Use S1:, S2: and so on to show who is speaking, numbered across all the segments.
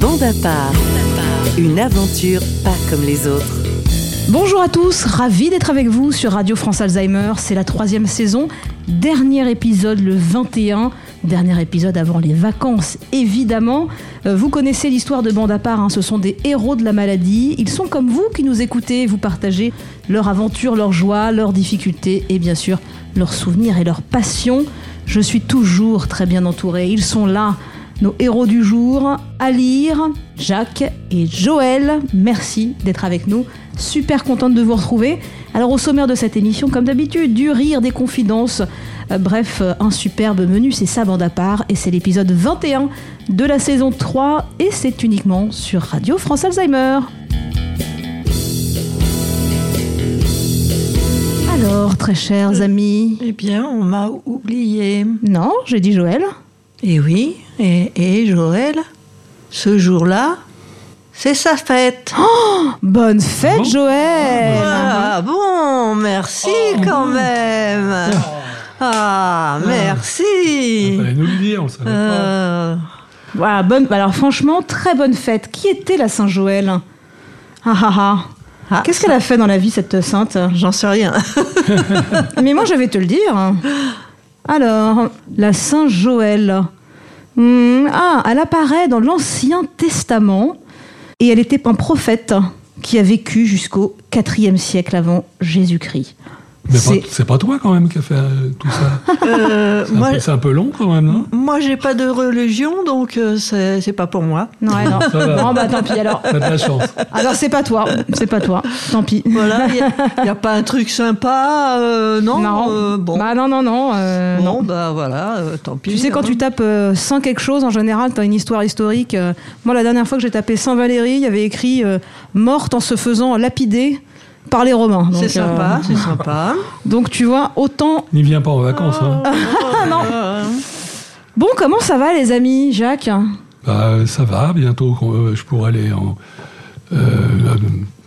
S1: Monde à part. Une aventure pas comme les autres.
S2: Bonjour à tous, ravi d'être avec vous sur Radio France Alzheimer. C'est la troisième saison, dernier épisode le 21, dernier épisode avant les vacances évidemment. Euh, Vous connaissez l'histoire de Bande à part, hein, ce sont des héros de la maladie. Ils sont comme vous qui nous écoutez, vous partagez leur aventure, leur joie, leurs difficultés et bien sûr leurs souvenirs et leurs passions. Je suis toujours très bien entourée, ils sont là nos héros du jour, Alire, Jacques et Joël. Merci d'être avec nous. Super contente de vous retrouver. Alors au sommaire de cette émission, comme d'habitude, du rire, des confidences. Euh, bref, euh, un superbe menu, c'est sa bande à part et c'est l'épisode 21 de la saison 3 et c'est uniquement sur Radio France Alzheimer. Alors, très chers amis.
S3: Eh bien, on m'a oublié.
S2: Non, j'ai dit Joël.
S3: Et oui, et, et Joël, ce jour-là, c'est sa fête.
S2: Bonne fête, Joël
S3: ah bon, merci quand même. Oh, Ah, bah, merci.
S4: Fallait nous le dire, on le savait pas.
S3: Euh,
S2: Voilà, bonne. Alors franchement, très bonne fête. Qui était la Saint Joël Ah ah ah.
S3: Ah,
S2: Qu'est-ce qu'elle a fait dans la vie cette sainte
S3: J'en sais rien.
S2: Mais moi, je vais te le dire. Alors, la Saint Joël. Hmm, ah, elle apparaît dans l'Ancien Testament et elle était un prophète qui a vécu jusqu'au 4e siècle avant Jésus-Christ.
S4: Mais
S2: C'est-
S4: pas- c'est pas toi quand même qui a fait euh, tout ça.
S3: Euh,
S4: C'est un,
S3: moi,
S4: peu- c'est un peu long quand même, non
S3: moi, j'ai pas de religion, donc euh, c'est c'est pas pour moi.
S2: Non, ouais, non.
S4: Ça va.
S2: Non, bah tant pis alors.
S4: T'as de la chance.
S2: Alors, c'est pas toi. C'est pas toi. Tant pis.
S3: Voilà, il n'y a, pas un truc sympa, euh, non,
S2: non.
S3: euh, bon.
S2: Bah, non, non, non. euh,
S3: Bon,
S2: non.
S3: bah voilà, euh, tant pis.
S2: Tu sais, quand tu tapes euh, 100 quelque chose, en général, tu as une histoire historique. Euh, moi, la dernière fois que j'ai tapé Saint Valérie, il y avait écrit euh, Morte en se faisant lapider par les Romains. Donc,
S3: C'est sympa,
S2: euh,
S3: c'est sympa.
S2: donc, tu vois, autant.
S4: N'y viens pas en vacances. Hein.
S2: Ah.
S3: Euh,
S2: Bon, comment ça va, les amis, Jacques
S4: Bah, euh, ça va, bientôt qu'on- euh, je pourrais aller, en, euh,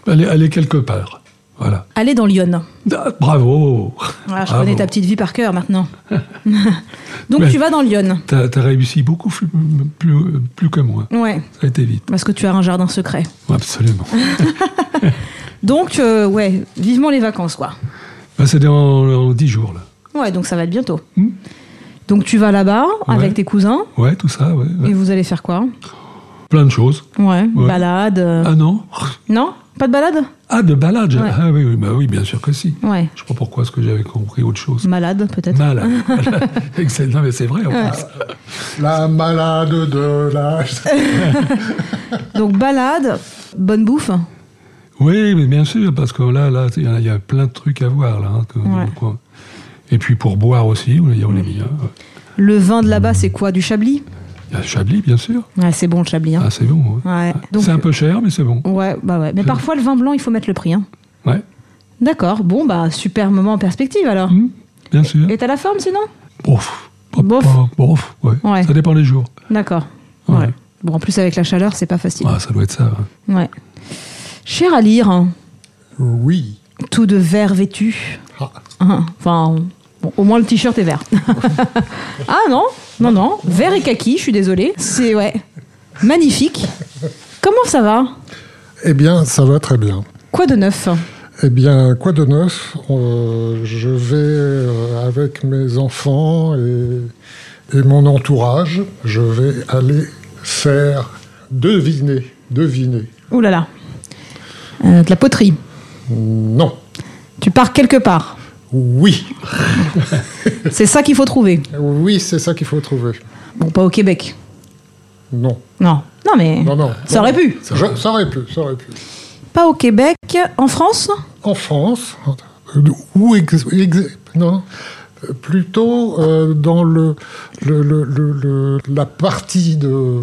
S4: euh, aller, aller quelque part. Voilà.
S2: Allez dans Lyon.
S4: Ah, bravo
S2: Voilà, Ah, je
S4: Bravo.
S2: connais ta petite vie par cœur maintenant. donc,
S4: Ah Ouais.
S2: tu vas dans Lyon.
S4: T'as t'as réussi beaucoup plus, plus, plus que moi.
S2: Ouais,
S4: Ça a été vite.
S2: parce que tu as un jardin secret.
S4: Absolument.
S2: Donc, euh, ouais, vivement les vacances, quoi.
S4: Bah, C'était en- en 10 jours, là.
S2: Ouais, donc ça va être bientôt.
S4: Hmm.
S2: Donc, tu vas là-bas avec
S4: Ouais.
S2: tes cousins
S4: Ouais, tout ça, ouais. ouais.
S2: et vous allez faire quoi
S4: Plein de choses.
S2: Ouais,
S4: Ouais.
S2: balade. euh,
S4: Ah non
S2: Non Pas de balade
S4: Ah, de balade
S2: Ouais.
S4: Ah oui, oui, bah oui, bien sûr que si.
S2: Ouais.
S4: Je sais pas pourquoi est-ce que j'avais compris autre chose.
S2: Malade, peut-être.
S4: Malade. Excellent. Non, mais c'est vrai en plus.
S5: La malade de la...
S2: Donc, balade, bonne bouffe.
S4: Oui, mais bien sûr, parce que là, là, il y en a- il y, a plein de trucs à voir là. hein, que-
S2: Ouais. Mm.
S4: quoi. Et puis pour boire aussi, on est, on est bien.
S2: Le vin de là-bas, c'est quoi Du chablis
S4: Il y a le Chablis, bien sûr.
S2: Ouais, c'est bon le chablis. hein.
S4: Ah, c'est bon. ouais.
S2: Ouais. Donc,
S4: C'est un peu cher, mais c'est bon.
S2: Ouais, bah ouais. Mais parfois, le vin blanc, il faut mettre le prix. hein.
S4: Ouais.
S2: D'accord. Bon, bah, super moment en perspective alors.
S4: Hum, bien sûr.
S2: Et t'as la forme sinon
S4: Bof. Pas-
S2: Bof.
S4: pas- bof, ouais.
S2: Ouais.
S4: Ça dépend des jours.
S2: D'accord. Ouais.
S4: Ouais.
S2: Bon, en plus, avec la chaleur, c'est pas facile.
S4: Ah, ça doit être ça. hein.
S2: Ouais. Cher à lire, hein,
S5: Oui.
S2: tout de vert vêtu.
S5: Ah,
S2: Hein, Enfin, bon, au moins le t-shirt est vert. ah non, non, non, vert et kaki, je suis désolée. C'est, ouais, magnifique. Comment ça va
S5: Eh bien, ça va très bien.
S2: Quoi de neuf
S5: Eh bien, quoi de neuf Euh, Je vais euh, avec mes enfants et, et mon entourage, je vais aller faire deviner, deviner.
S2: Ouh là là. Euh, de la poterie.
S5: Non.
S2: Tu pars quelque part.
S5: Oui.
S2: C'est ça qu'il faut trouver.
S5: Oui, c'est ça qu'il faut trouver.
S2: Bon, pas au Québec.
S5: Non.
S2: Non. Non, mais.
S5: Non, non.
S2: Ça aurait pu.
S5: Je- ça aurait pu, ça aurait pu.
S2: Pas au Québec, en France
S5: en France, euh, ou ex- ex- non, euh, plutôt euh, dans le, le- le- le- le- la partie de,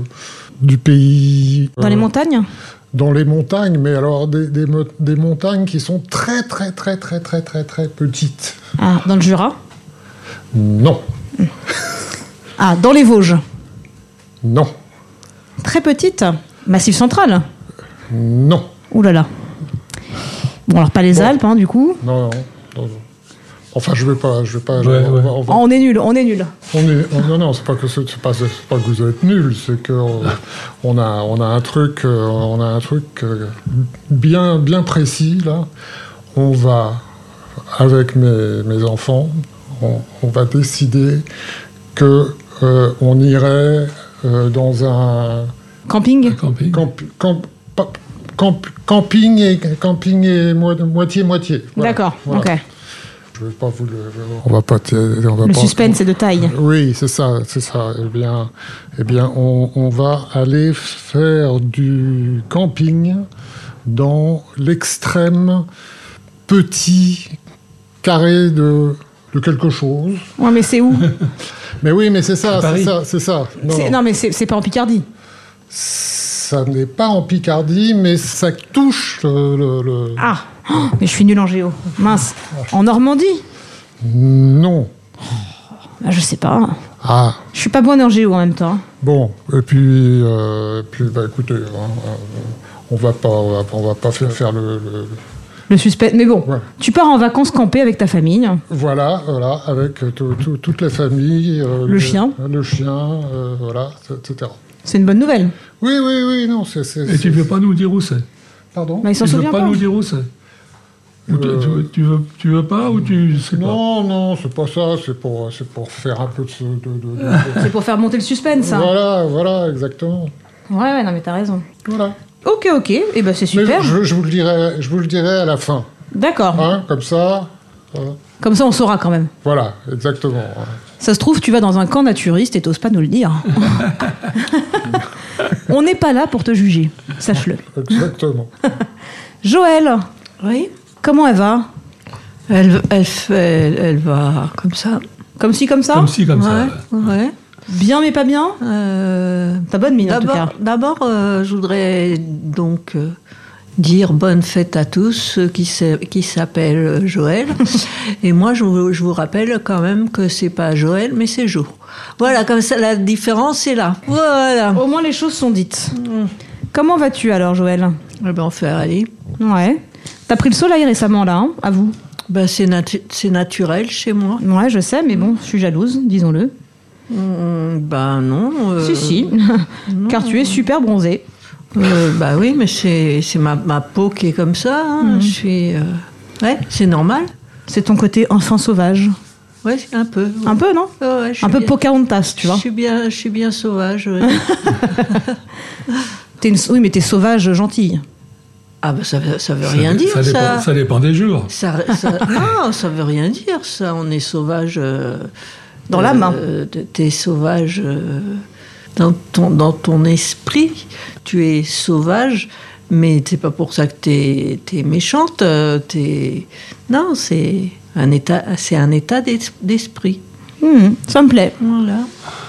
S5: du pays.
S2: Dans les
S5: euh,
S2: montagnes
S5: Dans les montagnes, mais alors des, des mo- des montagnes qui sont très, très, très, très, très, très, très petites.
S2: Ah, dans le Jura
S5: Non,
S2: Ah, dans les Vosges.
S5: non,
S2: Très petite. Massif central
S5: non,
S2: Ouh là là. Bon, alors pas les Alpes, hein, du coup.
S5: non, non. non, non. Enfin, je ne vais pas. Je vais pas
S4: Ouais,
S5: je- on va-
S4: ouais.
S5: on va-
S2: Ah, On est nul, on est nul.
S5: on est- on- non, non, c'est pas que c'est c'est pas, c'est pas que vous êtes nuls, c'est que on, on a on a un truc, euh, on a un truc euh, bien bien précis là. On va avec mes, mes enfants, on, on va décider que euh, on irait euh, dans un Ah,
S2: Camping
S4: Camping.
S5: camp- camp- pa- camp- camping et camping et mo- moitié moitié. Voilà,
S2: D'accord,
S5: voilà.
S2: ok.
S5: Je vais pas vous le, on va pas t- on va
S2: Le
S5: pas-
S2: suspense est de taille.
S5: oui, c'est ça, c'est ça. Eh bien, eh bien on, on va aller faire du camping dans l'extrême petit carré de, de quelque chose.
S2: Ouais, mais c'est où
S5: Mais oui, mais c'est ça, c'est
S4: Paris.
S5: ça, c'est ça. Non,
S2: C'est-
S5: non.
S2: Non, mais c'est c'est pas en Picardie.
S5: ça n'est pas en Picardie, mais ça touche le... le- le-
S2: Ah Oh, Mais je suis nul en géo. Mince. En Normandie
S5: Non.
S2: Bah, Je sais pas.
S5: Ah,
S2: Je suis pas bonne en géo en même temps. hein.
S5: Bon, et puis, euh, et puis bah, écoutez, hein, euh, on va pas, on va, on va pas faire, faire le, le-
S2: Le suspect. Mais bon,
S5: Ouais.
S2: tu pars en vacances camper avec ta famille.
S5: voilà, voilà, avec euh, tout- tout- toute la famille, euh,
S2: Le chien.
S5: le chien, euh, voilà, etc.
S2: C'est une bonne nouvelle.
S5: Oui, oui, oui, non, c'est, c'est-
S4: Et tu
S5: c'est-
S4: ne veux pas nous dire où c'est
S5: pardon.
S2: Bah, il
S4: Tu
S2: s'en
S4: ne
S2: souvient
S4: veux
S2: pas.
S4: pas nous dire où c'est Ou tu-
S5: Euh,
S4: tu, veux- tu veux, tu veux pas ou tu sais pas
S5: Non, non, c'est pas ça, c'est pour, euh, c'est pour faire un peu de, ce- de- de- de-
S2: C'est pour faire monter le suspense. hein.
S5: voilà, voilà, exactement,
S2: Ouais, ouais, non, mais t'as raison.
S5: voilà.
S2: Ok, ok. Et eh ben c'est
S5: Mais
S2: super.
S5: je, je vous le dirai, je vous le dirai à la fin,
S2: D'accord.
S5: hein, comme ça, euh,
S2: Comme ça, on saura quand même.
S5: voilà, exactement. hein.
S2: Ça se trouve, tu vas dans un camp naturiste et t'oses pas nous le dire. on n'est pas là pour te juger. Sache-le.
S5: Exactement.
S2: Joël,
S3: Oui.
S2: comment elle va
S3: Elle, elle, fait- elle, elle va comme ça.
S2: Comme ci, comme ça
S4: Comme si, comme ça.
S3: ouais, ouais.
S2: Bien, mais pas bien
S3: Euh,
S2: T'as bonne mine en tout cas.
S3: D'abord, d'abord, euh, je voudrais donc euh, dire bonne fête à tous ceux qui, s'a- qui s'appellent Joël. Et moi, je, vous- je vous rappelle quand même que c'est pas Joël, mais c'est Jo. Voilà, comme ça, la différence est là. Voilà.
S2: Au moins les choses sont dites.
S3: Mm.
S2: Comment vas-tu alors, Joël
S3: Eh ben, on fait aller.
S2: Ouais. T'as pris le soleil récemment là, hein, à vous
S3: Ben, c'est, natu- c'est naturel chez moi.
S2: Ouais, je sais, mais bon, je suis jalouse, disons-le.
S3: Mm, Ben non. euh,
S2: Si, si. Car tu es super bronzée.
S3: euh, ben oui, mais c'est, c'est ma, ma peau qui est comme ça. hein.
S2: Mm.
S3: Je suis. euh, Ouais, c'est normal.
S2: C'est ton côté enfant sauvage.
S3: Ouais, un peu.
S2: Un peu, non
S3: Ouais, ouais, je suis
S2: Un peu
S3: bien-
S2: Pocahontas, tu vois.
S3: Je suis bien, je suis bien sauvage. ouais.
S2: T'es une- Oui, mais t'es sauvage gentille.
S3: ah ben ça, veut- ça veut
S4: Ça
S3: rien
S4: dé-
S3: dire ça.
S4: ça dépend, ça dépend des jours.
S3: Ça- ça- non, ça veut rien dire ça. On est sauvage euh,
S2: Dans la main.
S3: euh, de- T'es sauvage euh, dans ton dans ton esprit. Tu es sauvage, mais c'est pas pour ça que t'es es méchante. euh, T'es non, c'est un état, c'est un état d'es- d'esprit.
S2: Hmm, ça me plaît.
S3: Voilà.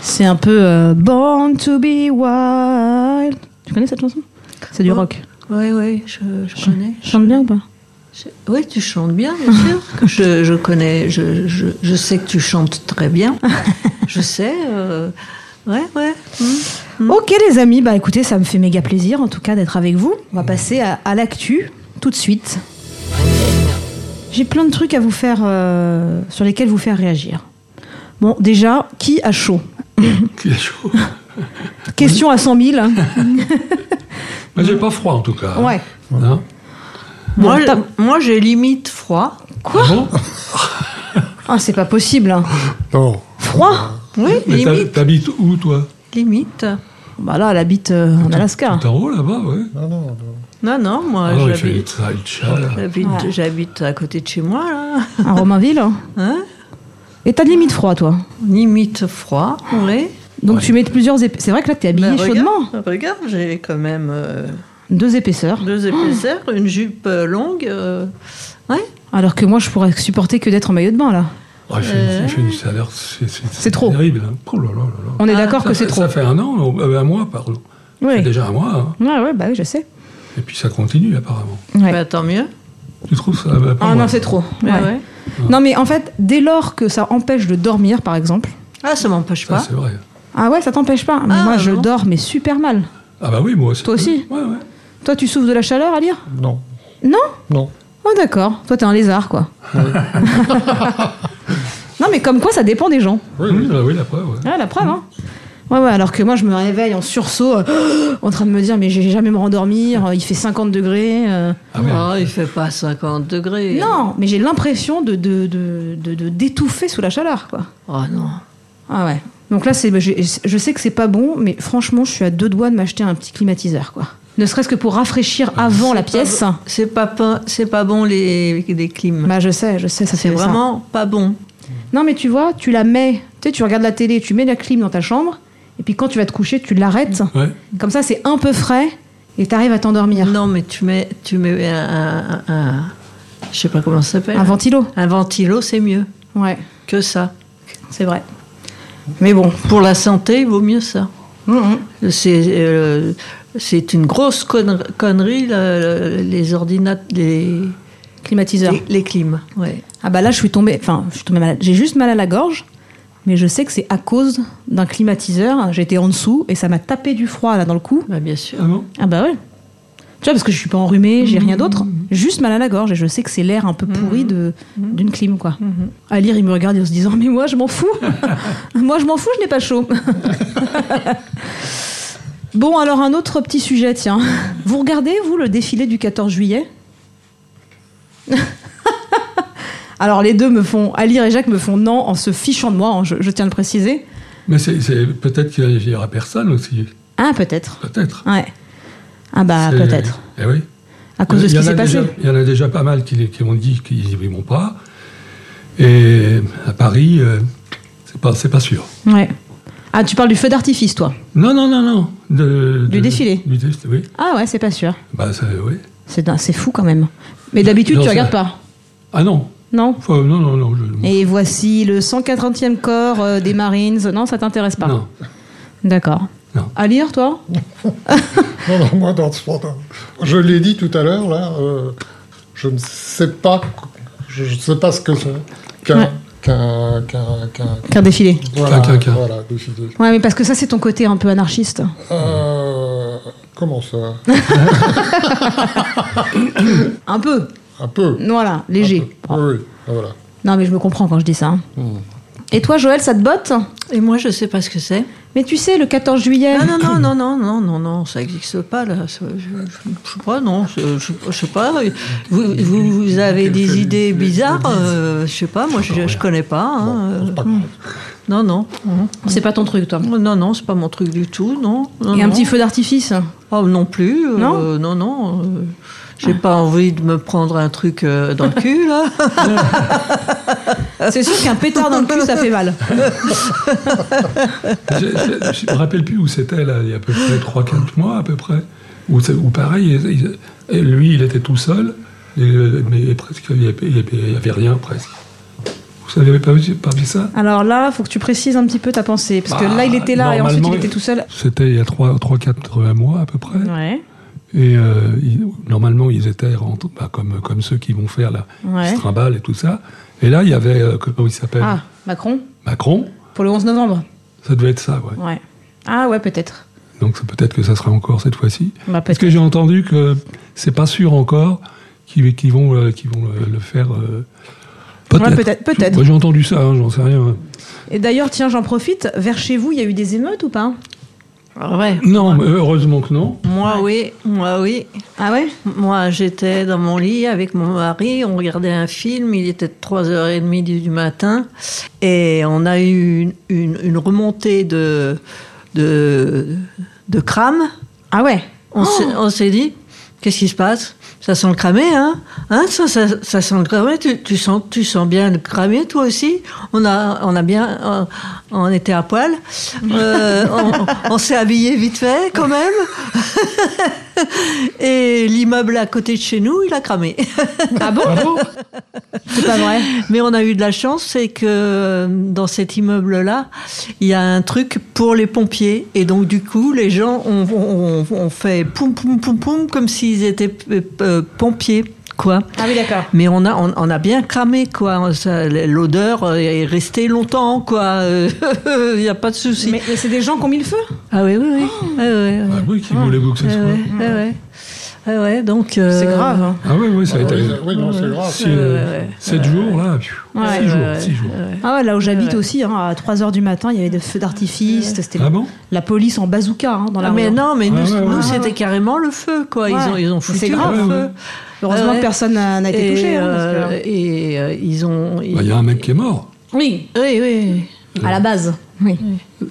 S2: C'est un peu euh, Born to be wild. Tu connais cette chanson C'est du
S3: Oh.
S2: rock.
S3: Oui, oui, je, je connais.
S2: Chante bien ou pas
S3: Oui, tu chantes bien, bien sûr. je, je connais, je, je, je sais que tu chantes très bien. Je sais. euh, ouais, ouais. hmm.
S2: Ok les amis, bah écoutez, ça me fait méga plaisir en tout cas d'être avec vous. On va passer à, à l'actu tout de suite. J'ai plein de trucs à vous faire, euh, sur lesquels vous faire réagir. Bon, déjà, qui a chaud
S4: Qui est chaud.
S2: Question à 100 000.
S4: Mais j'ai pas froid en tout cas.
S2: Ouais.
S4: Hein
S3: Moi,
S2: t'as-
S3: moi j'ai limite froid.
S2: Quoi
S4: Ah bon
S2: Ah, c'est pas possible.
S5: Non.
S2: Froid
S3: Oui,
S4: Mais t'hab-
S3: limite.
S4: t'habites où toi
S3: Limite.
S2: Bah là, elle habite euh, en Alaska.
S4: T'es en haut là-bas, ouais.
S5: Non, non, non.
S3: Non, non, moi
S4: Ah non, il fait
S3: j'habite.
S4: ça, il
S2: Euh,
S4: chaleur.
S3: J'habite,
S2: Ouais.
S3: j'habite à côté de chez moi, là.
S2: À Romainville.
S3: Hein
S2: Et t'as de limite froid, toi.
S3: Limite froid, oui.
S2: Donc tu mets de plusieurs épaisseurs. C'est vrai que là, t'es habillé
S3: Ben,
S2: chaudement.
S3: regarde, regarde, j'ai quand même euh,
S2: Deux épaisseurs.
S3: deux épaisseurs, une jupe euh, longue. euh, ouais.
S2: Alors que moi, je pourrais supporter que d'être en maillot de bain, là.
S4: Ah, il, fait, il fait une chaleur, c'est c'est- c'est
S2: euh. trop.
S4: terrible. hein. Oh là là là là.
S2: On est d'accord
S4: Ça
S2: que c'est
S4: fait-
S2: trop.
S4: Ça fait un an, euh, un mois, pardon. C'est
S2: Oui.
S4: déjà un mois, hein.
S2: Ouais, ouais, bah oui, je sais.
S4: et puis ça continue apparemment.
S2: Ouais.
S3: Bah, tant mieux. Ben,
S4: Tu trouves ça bah,
S2: Ah
S4: pas moi.
S2: non, c'est trop. Ouais.
S3: Ouais, ouais.
S2: Non, mais en fait, dès lors que ça empêche de dormir, par exemple.
S3: Ah, ça m'empêche
S4: Ça,
S3: pas.
S4: c'est vrai.
S2: Ah ouais, ça t'empêche pas. Mais
S3: Ah,
S2: moi, je
S3: non.
S2: dors, mais super mal.
S4: Ah bah oui, moi aussi.
S2: Toi aussi
S4: Ouais, ouais.
S2: Toi, tu souffres de la chaleur à lire
S5: Non,
S2: Non
S5: non.
S2: Ah, Oh d'accord, toi t'es un lézard quoi. non mais comme quoi ça dépend des gens.
S4: Oui, oui, la, oui, la preuve. ouais.
S2: Ah, la preuve, hein Ouais, ouais, alors que moi je me réveille en sursaut, euh, en train de me dire mais j'ai jamais me rendormir, euh, il fait 50 degrés. euh.
S4: Ah ouais.
S3: Oh, il fait pas 50 degrés.
S2: Non, mais j'ai l'impression de d'étouffer de, de, de- d'étouffer sous la chaleur quoi.
S3: Oh non.
S2: Ah ouais. Donc là, c'est, je, je sais que c'est pas bon, mais franchement, je suis à deux doigts de m'acheter un petit climatiseur, quoi. Ne serait-ce que pour rafraîchir avant la pièce.
S3: C'est pas, pas- c'est pas bon les, les clims.
S2: Bah, je sais, je sais, ça
S3: c'est
S2: fait ça.
S3: vraiment pas bon.
S2: Non, mais tu vois, tu la mets, tu sais, tu regardes la télé, tu mets la clim dans ta chambre, et puis quand tu vas te coucher, tu l'arrêtes.
S4: Ouais.
S2: Comme ça, c'est un peu frais, et t'arrives à t'endormir.
S3: Non, mais tu mets, tu mets un, un- un- Je sais pas comment ça s'appelle.
S2: Un ventilo.
S3: Un ventilo, c'est mieux
S2: Ouais,
S3: que ça.
S2: c'est vrai. Mais bon.
S3: Pour la santé, il vaut mieux ça.
S2: Mm,
S3: C'est euh, c'est une grosse conne- connerie, le- le- les ordinateurs, les,
S2: Climatiseur.
S3: les, les clims. Ouais.
S2: Ah bah là, je suis tombée. Enfin, je suis tombée malade. J'ai juste mal à la gorge, mais je sais que c'est à cause d'un climatiseur. J'étais en dessous et ça m'a tapé du froid là dans le cou.
S3: Bah, bien sûr.
S4: Ah bon
S2: Ah bah ouais. Tu vois, parce que je suis pas enrhumée, j'ai rien d'autre, juste mal à la gorge et je sais que c'est l'air un peu pourri de d'une clim quoi. À lire, il me regarde en se disant mais moi je m'en fous, moi je m'en fous, je n'ai pas chaud. bon alors un autre petit sujet tiens, vous regardez vous le défilé du 14 juillet Alors les deux me font, Alire et Jacques me font non en se fichant de moi, hein, je, je tiens à le préciser.
S4: Mais c'est c'est- peut-être qu'il n'y aura personne aussi.
S2: Ah peut-être,
S4: Peut-être.
S2: ouais. Ah bah
S4: C'est-
S2: peut-être,
S4: Eh oui.
S2: à cause de ce
S4: Il y
S2: qui
S4: en a
S2: s'est passé.
S4: déjà- Il y en a déjà pas mal qui, qui ont dit qu'ils n'y vont pas. Et à Paris, euh, c'est pas, c'est pas sûr.
S2: Ouais. Ah, tu parles du feu d'artifice, toi
S4: Non, non, non, non. De-
S2: Du
S4: de-
S2: défilé.
S4: Du défilé, oui.
S2: Ah ouais, c'est pas sûr.
S4: Bah, ça, oui.
S2: C'est din- c'est fou quand même. Mais d'habitude,
S4: Non,
S2: tu
S4: c'est-
S2: regardes pas.
S4: Ah non.
S2: Non
S4: Faut- non, non, non. je-
S2: Et voici le 140e corps euh, des Marines. Non, ça t'intéresse pas
S4: non.
S2: D'accord.
S4: Non.
S2: À lire, toi
S5: Non, non, moi, dans ce moment-là, Je l'ai dit tout à l'heure, là, euh, je ne sais pas, je ne sais pas ce que c'est qu'un.
S2: Ouais.
S5: qu'un- qu'un- qu'un-
S2: Qu'un défilé.
S5: voilà,
S4: qu'un- qu'un.
S5: voilà, décidé.
S2: Ouais, mais parce que ça, c'est ton côté un peu anarchiste.
S5: Euh, comment ça
S2: Un peu.
S5: Un peu.
S2: Voilà, léger. Oh.
S5: Oui, oui, voilà.
S2: Non, mais je me comprends quand je dis ça. hein.
S4: Mmh.
S2: Et toi, Joël, ça te botte
S3: Et moi, je sais pas ce que c'est.
S2: Mais tu sais, le 14 juillet.
S3: Ah non, non, non, non, non, non, non, ça n'existe pas, là. Ça, Je, je- je sais pas, non, je, je- je sais pas. Vous, vous, vous avez des idées bizarres, euh, je sais pas, moi, je, je connais pas. hein, euh,
S5: C'est pas grave.
S3: non, non,
S2: C'est pas ton truc, toi.
S3: non, non, c'est pas mon truc du tout, non. non,
S2: Et un
S3: non.
S2: petit feu d'artifice
S3: Oh, non plus, euh,
S2: Non
S3: non, non, euh, j'ai pas envie de me prendre un truc euh, dans le cul, là.
S2: C'est sûr qu'un pétard dans le cul, ça fait mal.
S4: Je- je- je me rappelle plus où c'était, là, il y a à peu près 3-4 mois, à peu près. Où, c'est- où pareil, il- il- et lui, il était tout seul, et, euh, mais presque, il n'y avait, il y avait- il y avait rien, presque. Vous n'avez pas, vu- pas vu ça
S2: Alors là, faut que tu précises un petit peu ta pensée, parce que
S4: Bah,
S2: là, il était là et ensuite il
S4: normalement,
S2: était tout seul.
S4: C'était il y a 3-4 euh, mois, à peu près.
S2: Ouais.
S4: Et euh, ils- normalement, ils étaient rentrés- bah, comme, comme ceux qui vont faire la
S2: Ouais.
S4: Strimballe et tout ça. Et là, il y avait, euh, comment il s'appelle
S2: Ah, Macron
S4: Macron.
S2: pour le 11 novembre.
S4: Ça devait être ça, ouais.
S2: Ouais. Ah ouais, peut-être.
S4: Donc c'est peut-être que ça sera encore cette fois-ci.
S2: Bah,
S4: Parce que j'ai entendu que c'est pas sûr encore qu'ils qu'ils vont, euh, qu'ils vont le, le faire. euh, peut-être.
S2: Ouais, peut-être, peut-être.
S4: Moi, j'ai entendu ça, hein, j'en sais rien.
S2: Et d'ailleurs, tiens, j'en profite. Vers chez vous, il y a eu des émeutes ou pas
S3: Ah Ouais,
S4: Non, mais euh, heureusement que non.
S3: moi, oui, moi, oui.
S2: Ah ouais
S3: Moi, j'étais dans mon lit avec mon mari, on regardait un film, il était 3h30 du du matin, et on a eu une, une- une remontée de, de, de crame.
S2: Ah ouais.
S3: On s'est- on s'est dit, qu'est-ce qui se passe Ça sent le cramé, hein Hein ça, ça, ça sent le cramé, tu, tu sens, tu sens bien le cramé, toi aussi on a, on a bien... On, on était à poil, Euh, on, on s'est habillé vite fait, quand même et l'immeuble à côté de chez nous, il a cramé.
S2: Ah bon C'est pas vrai.
S3: Mais on a eu de la chance, c'est que euh, dans cet immeuble-là, il y a un truc pour les pompiers. Et donc, du coup, les gens ont, ont- ont- ont fait poum, poum, poum, poum, comme s'ils étaient euh, euh, pompiers, quoi.
S2: Ah oui, d'accord.
S3: Mais on a, on, on a bien cramé, quoi. Ça, L'odeur est restée longtemps, quoi. Il n'y a pas de souci.
S2: Mais, mais c'est des gens qui ont mis le feu
S3: Ah oui, oui, oui. Ouais, ouais, ouais.
S4: Ah oui, qui voulez-vous que ce
S3: Ouais,
S4: soit
S3: ouais, ouais, ouais. Ouais, Ah ouais, donc.
S2: C'est
S3: euh,
S2: grave. hein.
S4: Ah oui, oui, ça a
S5: Ah
S4: été.
S5: oui, oui, non, c'est grave.
S4: Si, euh, sept jours, là, pfiou,
S2: Ouais,
S4: six
S2: ouais,
S4: jours,
S3: ouais,
S4: six jours.
S2: Ah ouais, là où j'habite
S3: Ouais.
S2: aussi, hein, à 3h du matin, il y avait des feux d'artifice, c'était
S4: Ah bon
S2: la police en bazooka hein, dans la
S3: Ah, mais
S2: rue.
S3: non, mais nous,
S4: Ouais, ouais,
S3: nous,
S4: ouais.
S3: c'était carrément le feu, quoi. Ils
S2: Ouais.
S3: ont, ils ont foutu
S2: C'est grave.
S3: le
S4: Ouais,
S3: feu.
S4: ouais.
S2: Heureusement
S3: Ah ouais.
S2: que personne n'a n'a été
S3: et,
S2: touché. hein,
S3: euh,
S2: parce que-
S3: et, euh, ils ont.
S4: Bah, Il y a un mec qui est mort.
S2: Oui,
S3: Oui, oui.
S2: à la base. Oui.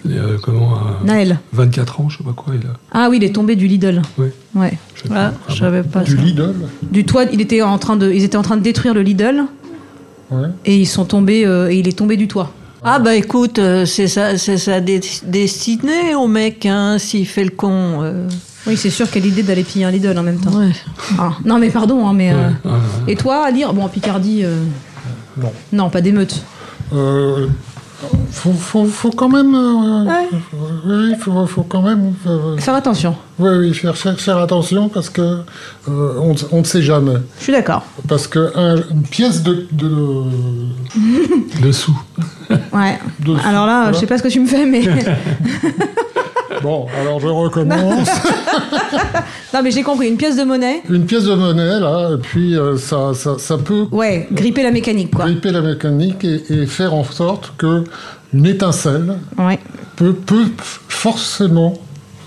S4: Euh, comment euh,
S2: Naël.
S4: 24 ans, je sais pas quoi, il a.
S2: Ah oui, il est tombé du Lidl.
S4: Ouais,
S2: Ouais.
S4: je sais
S3: Ah,
S4: pas.
S3: je savais pas
S5: Du
S3: ça.
S5: Lidl,
S2: Du toit, il était en train de, ils étaient en train de détruire le Lidl
S5: ouais.
S2: et ils sont tombés euh, et il est tombé du toit.
S3: Ah, bah écoute, euh, c'est sa, c'est sa dé- destinée au mec, hein, s'il fait le con. euh.
S2: Oui, c'est sûr quelle idée d'aller piller un Lidl en même temps.
S3: Ouais.
S2: Ah, Non mais pardon, hein, mais. euh,
S4: Ouais, ouais, ouais.
S2: Et toi, à lire, bon en Picardie, euh,
S5: non.
S2: non, pas d'émeute.
S5: Euh, faut, faut, faut quand même. euh, Oui, faut, faut quand même. euh,
S2: Faire attention.
S5: oui, oui, faire, faire, faire attention parce que euh, on, ne- on ne sait jamais.
S2: Je suis d'accord.
S5: Parce que un- une pièce de, de-
S4: Dessous.
S2: Ouais.
S5: Dessous,
S2: Alors là, je
S5: voilà.
S2: sais pas ce que tu me fais, mais
S5: Bon, alors je recommence.
S2: non, mais j'ai compris. Une pièce de monnaie.
S5: une pièce de monnaie, là, et puis euh, ça, ça, ça peut
S2: Ouais, gripper la mécanique, quoi.
S5: gripper la mécanique et, et faire en sorte que une étincelle
S2: Ouais.
S5: peut, peut forcément,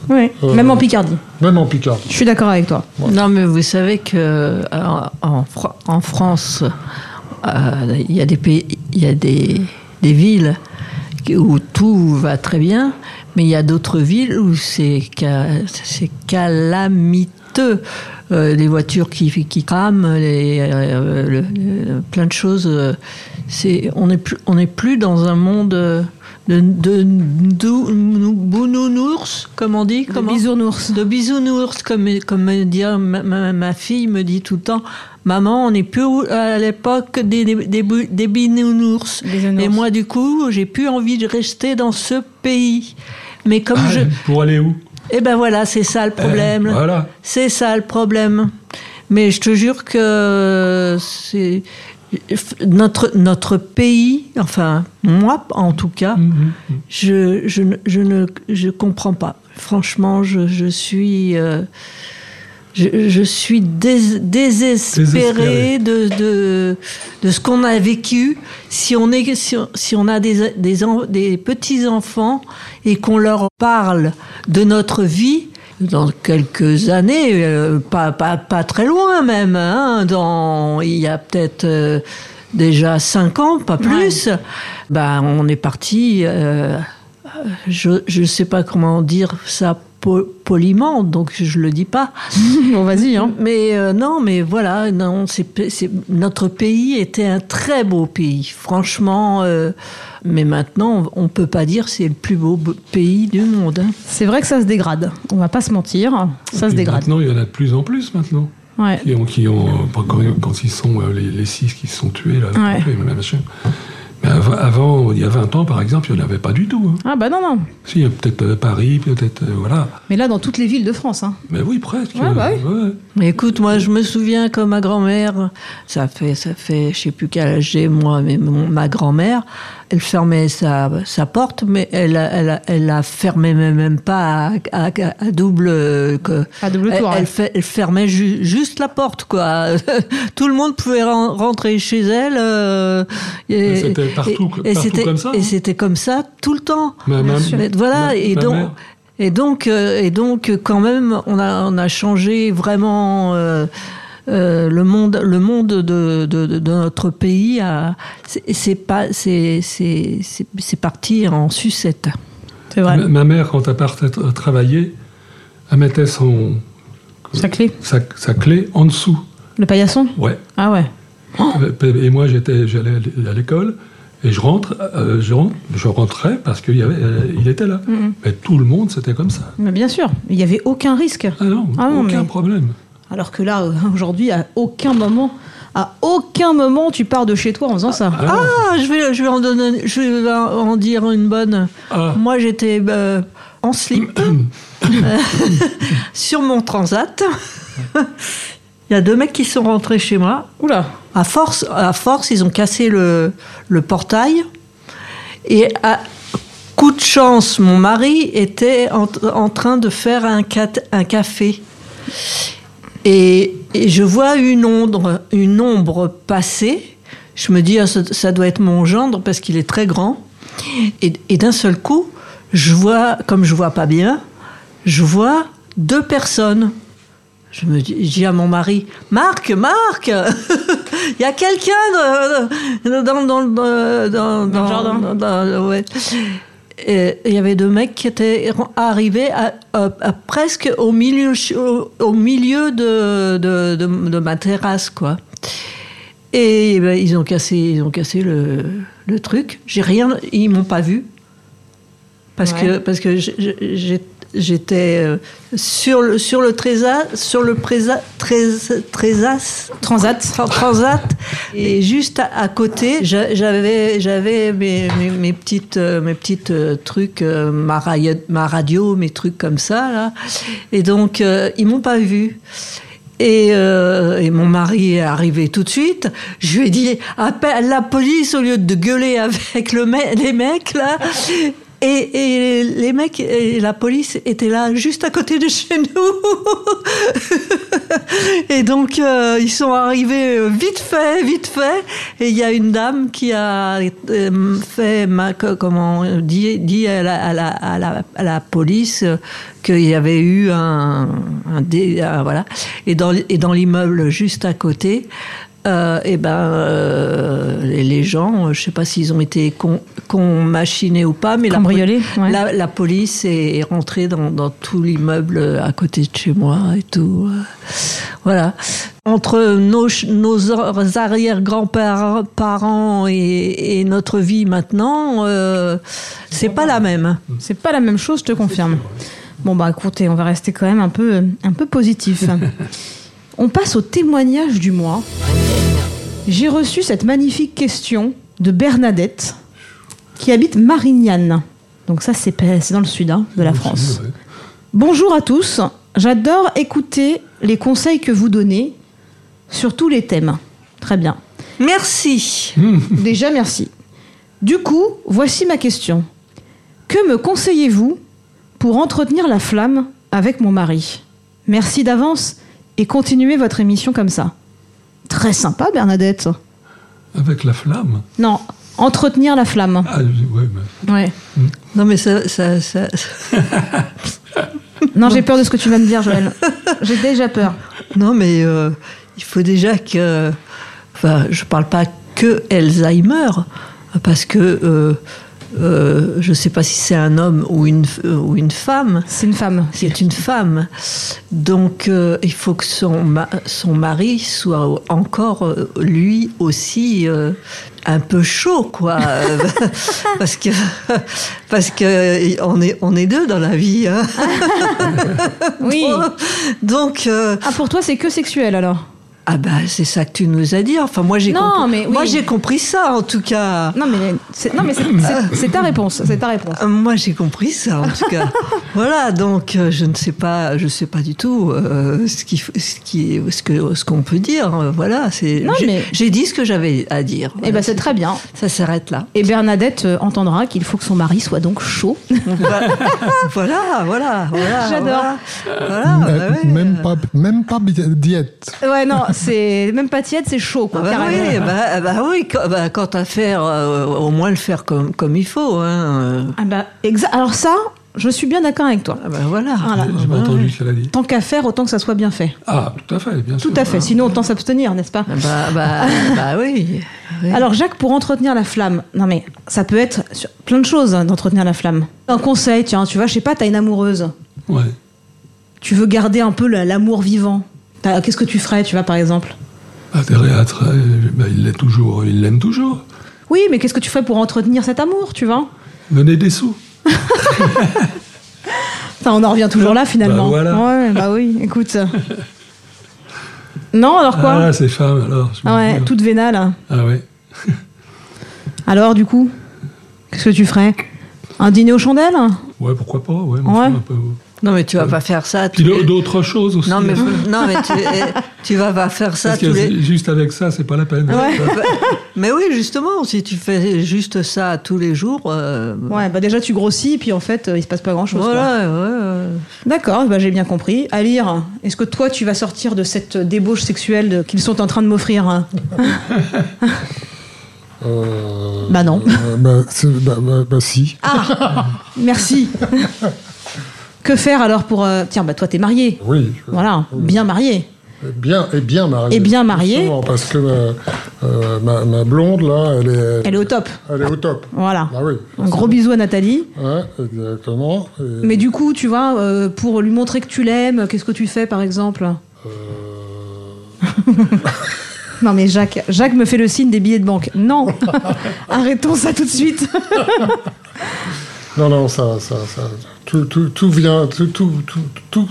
S2: Ouais.
S5: Euh,
S2: Même en Picardie.
S5: même en Picardie,
S2: Je suis d'accord avec toi.
S3: Non, mais vous savez que euh, en, en Fran- en France, euh, il y a des pays, il y a des, des villes qui- où tout va très bien, mais il y a d'autres villes où c'est ca- c'est calamiteux. Euh, les voitures qui, qui crament, les, euh, le- le- plein de choses. euh, c'est- on n'est plus, on n'est plus dans un monde euh, de, de, dou- nou- bounounours, comme on dit.
S2: Comme
S3: Comment
S2: bisounours.
S3: de bisounours, comme, comme me dire, ma, ma- ma fille me dit tout le temps, maman, on n'est plus au- à l'époque des, des, des, bou- des bisounours.
S2: Bisounours.
S3: Et moi, du coup, j'ai plus envie de rester dans ce pays. Mais
S2: Oh,
S3: comme je...
S4: Pour aller où
S3: Eh ben voilà, c'est ça le problème.
S4: Ah Eh, voilà.
S3: C'est ça le problème. Mais je te jure que c'est notre notre pays, enfin moi en tout cas, je je ne- je ne je comprends pas. Franchement, je je suis euh, je, je suis dés-
S4: Désespérée.
S3: désespérée de, de, de ce qu'on a vécu. Si on, est, si, on- si on a des, des, en- des petits-enfants et qu'on leur parle de notre vie, dans quelques années, euh, pas, pas, pas très loin même, hein, dans, il y a peut-être euh, déjà cinq ans, pas plus, ben, on est parti. euh, je je sais pas comment dire ça po- poliment, donc je le dis pas.
S2: Bon, vas-y, hein.
S3: Mais euh, non, mais voilà, non, c'est- c'est- notre pays était un très beau pays, franchement. euh, mais maintenant, on peut pas dire c'est le plus beau b- pays du monde. hein.
S2: C'est vrai que ça se dégrade. On va pas se mentir. Ça se
S4: Et
S2: dégrade.
S4: Maintenant, il y en a de plus en plus maintenant.
S2: Ouais.
S4: Qui ont, qui ont, euh, pas quand, quand ils sont, euh, les, les six qui se sont tués, là,
S2: Ouais.
S4: et machin. Mais av- avant, il y a 20 ans, par exemple, il n'y en avait pas du tout. hein.
S2: Ah bah non, non.
S4: Si, il y a peut-être euh, Paris, peut-être. euh, voilà.
S2: Mais là, dans toutes les villes de France. Hein.
S4: Mais oui, presque.
S2: Ouais, bah oui.
S4: ouais.
S3: Mais écoute, moi, je me souviens que ma grand-mère, ça fait, ça fait, je sais plus quel âge j'ai, moi, mais mon- ma grand-mère, elle fermait sa, sa porte, mais elle, elle, elle la fermait même même pas à, à, à double, euh, que,
S2: À double
S3: elle,
S2: tour, ouais.
S3: elle, fe- elle fermait ju- juste la porte, quoi. Tout le monde pouvait ren- rentrer chez elle. euh, et-
S4: C'était partout-
S3: et
S4: partout
S3: c'était-
S4: comme ça,
S3: Et
S4: hein.
S3: c'était comme ça tout le temps.
S4: Ma- ma-
S3: Mais voilà,
S4: ma-
S3: et
S4: ma
S3: donc,
S4: mère.
S3: et donc, euh, et donc, euh, quand même, on a, on a changé vraiment euh, euh, le monde, le monde de, de, de- de notre pays. a- c'est- C'est pas, c'est, c'est, c'est- c'est parti en sucette.
S2: C'est vrai.
S4: Ma, ma mère, quand elle partait tra- travailler, elle mettait son,
S2: Sa clé.
S4: sa, sa clé en dessous.
S2: Le paillasson
S4: Ouais.
S2: Ah ouais.
S4: Et moi, j'étais, j'allais à l'école et je rentre, euh, je, rentre- je rentrais parce qu'il y avait, euh, il était là.
S2: Mm-hmm.
S4: Mais tout le monde, c'était comme ça.
S2: Mais bien sûr, il n'y avait aucun risque.
S4: Ah non,
S2: Ah non,
S4: aucun
S2: mais-
S4: problème.
S2: Alors que là, euh, aujourd'hui, à aucun moment, à aucun moment, tu pars de chez toi en faisant ça.
S4: Ah non.
S3: Ah, je vais, je vais en donner, je vais en dire une bonne.
S4: Ah.
S2: Mm-hmm.
S3: Moi, j'étais euh, en slip euh, sur mon transat. Il y a deux mecs qui sont rentrés chez moi.
S2: Oula.
S3: À force, à force, ils ont cassé le, le portail. Et à coup de chance, mon mari était en, en train de faire un, cat- un café. Et, et je vois une ombre, une ombre passer. Je me dis, ah, ça, ça doit être mon gendre parce qu'il est très grand. Et, et d'un seul coup, je vois, comme je vois pas bien, je vois deux personnes. Je me dis, je dis à mon mari, Marc, Marc, il y a quelqu'un dans, dans, dans, dans, dans,
S2: Dans le jardin.
S3: dans- ouais. Et Il y avait deux mecs qui étaient arrivés à, à- à presque au milieu, au, au milieu de, de, de- de ma terrasse, quoi. Et ben, ils ont cassé, ils ont cassé le, le truc. J'ai rien, ils m'ont pas vu parce que
S2: Ouais.
S3: parce que j'- j'- j'étais euh, sur le sur le trésa, sur le présa, trés- trésas,
S2: Transat.
S3: Tra- Transat. Et juste à, à côté, j'a- j'avais j'avais mes, mes, mes petites euh, mes petites euh, trucs euh, ma, raio- ma radio, mes trucs comme ça là. Et donc euh, ils m'ont pas vu. Et, euh, et mon mari est arrivé tout de suite. Je lui ai dit appelle la police au lieu de gueuler avec le me- les mecs là. Et, et les mecs et la police étaient là juste à côté de chez nous. Et donc, euh, ils sont arrivés euh, vite fait, vite fait. Et il y a une dame qui a euh, fait, ma, co- comment on dit, dit à, la, à, la, à, la, à la police euh, qu'il y avait eu un. un dé- un- voilà. Et dans, l- et dans l'immeuble juste à côté. euh, eh ben, euh, les les gens, euh, je sais pas s'ils ont été con, con machinés ou pas, mais la,
S2: Cambriolés, ouais.
S3: la, la police est rentrée dans, dans tout l'immeuble euh, à côté de chez moi et tout. euh. Voilà. Entre nos, ch- nos or- arrière-grands-parents et, et notre vie maintenant, euh, c'est pas la même.
S4: Mm.
S2: C'est pas la même chose, je te confirme. Bon bah écoutez, on va rester quand même un peu, euh, un peu positif. on passe au témoignage du mois. J'ai reçu cette magnifique question de Bernadette, qui habite Marignane. Donc ça, c'est pas- c'est dans le sud hein, de la France.
S4: Ouais.
S2: Bonjour à tous, j'adore écouter les conseils que vous donnez sur tous les thèmes. Très bien.
S3: Merci.
S2: Déjà, merci. Du coup, voici ma question. Que me conseillez-vous pour entretenir la flamme avec mon mari Merci d'avance et continuez votre émission comme ça. Très sympa, Bernadette.
S4: Avec la flamme.
S2: Non, entretenir la flamme.
S4: Ah, je- ouais, mais-
S2: Ouais.
S3: Non, mais ça. ça, ça-
S2: Non, j'ai peur de ce que tu vas me dire, Joël. J'ai déjà peur.
S3: Non, mais euh, il faut déjà que. Enfin, je parle pas que Alzheimer, parce que. euh, euh, je sais pas si c'est un homme ou une, f- ou une femme.
S2: C'est une femme.
S3: C'est une femme. Donc, euh, il faut que son, ma- son mari soit encore, euh, lui aussi, euh, un peu chaud, quoi. Euh, parce que, parce que on est, on est deux dans la vie. hein.
S2: Oui.
S3: Donc, euh,
S2: Ah, pour toi, c'est que sexuel alors
S3: ah bah, c'est ça que tu nous as dit. Enfin, moi, j'ai
S2: Non,
S3: compris-
S2: mais oui.
S3: moi, j'ai compris ça, en tout cas.
S2: Non, mais c'est non, mais c'est- c'est- c'est ta réponse. C'est ta réponse.
S3: Euh, Moi, j'ai compris ça, en tout cas. voilà, donc euh, je ne sais pas, je sais pas du tout euh, ce qui, ce qui, ce que, ce qu'on peut dire. euh, Voilà, c'est.
S2: Non,
S3: j'ai-
S2: mais-
S3: J'ai dit ce que j'avais à dire.
S2: Eh
S3: Voilà,
S2: ben, c'est très bien.
S3: Ça s'arrête là.
S2: Et Bernadette euh, entendra qu'il faut que son mari soit donc chaud.
S3: voilà, voilà, voilà.
S2: Ah. J'adore.
S3: Voilà, Voilà,
S2: Ah,
S3: bah
S5: Même-
S3: ouais.
S5: même, pas, même pas bi- diète.
S2: Ouais, non, c'est même pas tiède, c'est chaud,
S3: Ah
S2: quoi.
S3: bah
S2: carrément.
S3: oui, bah, bah oui, quand, bah, quand à faire, euh, au moins le faire comme, comme il faut. Hein. euh.
S2: Ah bah, exa- Alors ça, je suis bien d'accord avec toi.
S3: Ah bah voilà.
S2: Voilà.
S4: J'ai pas entendu ce qu'elle a dit.
S2: Tant qu'à faire, autant que ça soit bien fait.
S4: Ah, tout à fait, bien sûr.
S2: Tout à fait, sinon autant s'abstenir, n'est-ce pas
S3: Ah Bah, bah, bah oui. oui.
S2: Alors Jacques, pour entretenir la flamme, non mais ça peut être sur plein de choses hein, d'entretenir la flamme. Un conseil, tiens, tu vois, je sais pas, t'as une amoureuse,
S4: Ouais.
S2: tu veux garder un peu la- l'amour vivant. T'as- Qu'est-ce que tu ferais, tu vois, par exemple
S4: Intérêt à tra- Ah, euh, bah, il l'est toujours, il l'aime toujours.
S2: Oui, mais qu'est-ce que tu ferais pour entretenir cet amour, tu vois
S4: Venez des sous.
S2: Enfin, on en revient toujours là finalement.
S4: Bah voilà.
S2: Ouais, bah oui, écoute. non, alors quoi
S4: ah, ces femmes, alors. je
S2: Ah
S4: me
S2: ouais,
S4: dis,
S2: toute vénale.
S4: Ah ouais.
S2: Alors du coup, qu'est-ce que tu ferais Un dîner aux chandelles
S4: Ouais, pourquoi pas, ouais. mais
S2: Ouais.
S4: enfin, un peu-
S3: Non, mais tu vas pas faire ça.
S4: Puis
S3: tous les-
S4: d'autres choses aussi.
S3: Non, mais,
S4: Parce
S3: non, mais tu, eh, tu vas pas faire ça
S4: que
S3: tous les.
S4: juste avec ça, c'est pas la peine.
S3: Mais oui, justement, si tu fais juste ça tous les jours. euh,
S2: Ouais, bah déjà tu grossis, puis en fait, euh, il se passe pas grand chose.
S3: Voilà, ouais, ouais.
S2: D'accord, bah j'ai bien compris. À lire, est-ce que toi tu vas sortir de cette débauche sexuelle de- qu'ils sont en train de m'offrir hein
S5: Euh,
S2: Bah non. Ah.
S5: euh, bah, c'est- bah, bah, bah, si.
S2: Merci Que faire alors pour. euh, Tiens, bah toi t'es marié.
S5: Oui.
S2: Voilà, bien marié.
S5: Bien, et bien marié.
S2: Et bien marié.
S5: Justement, Parce que ma, euh, ma- ma blonde, là, elle est,
S2: Elle est au top.
S5: elle est au top.
S2: Voilà.
S5: Bah oui.
S2: Un gros bisou à Nathalie.
S5: Ouais, exactement. Et,
S2: Mais du coup, tu vois, euh, pour lui montrer que tu l'aimes, qu'est-ce que tu fais par exemple
S5: euh,
S2: Non mais Jacques, Jacques me fait le signe des billets de banque. Non Arrêtons ça tout de suite
S5: non, non, ça, ça, ça tout, tout, tout vient, tout, tout, tout, tout,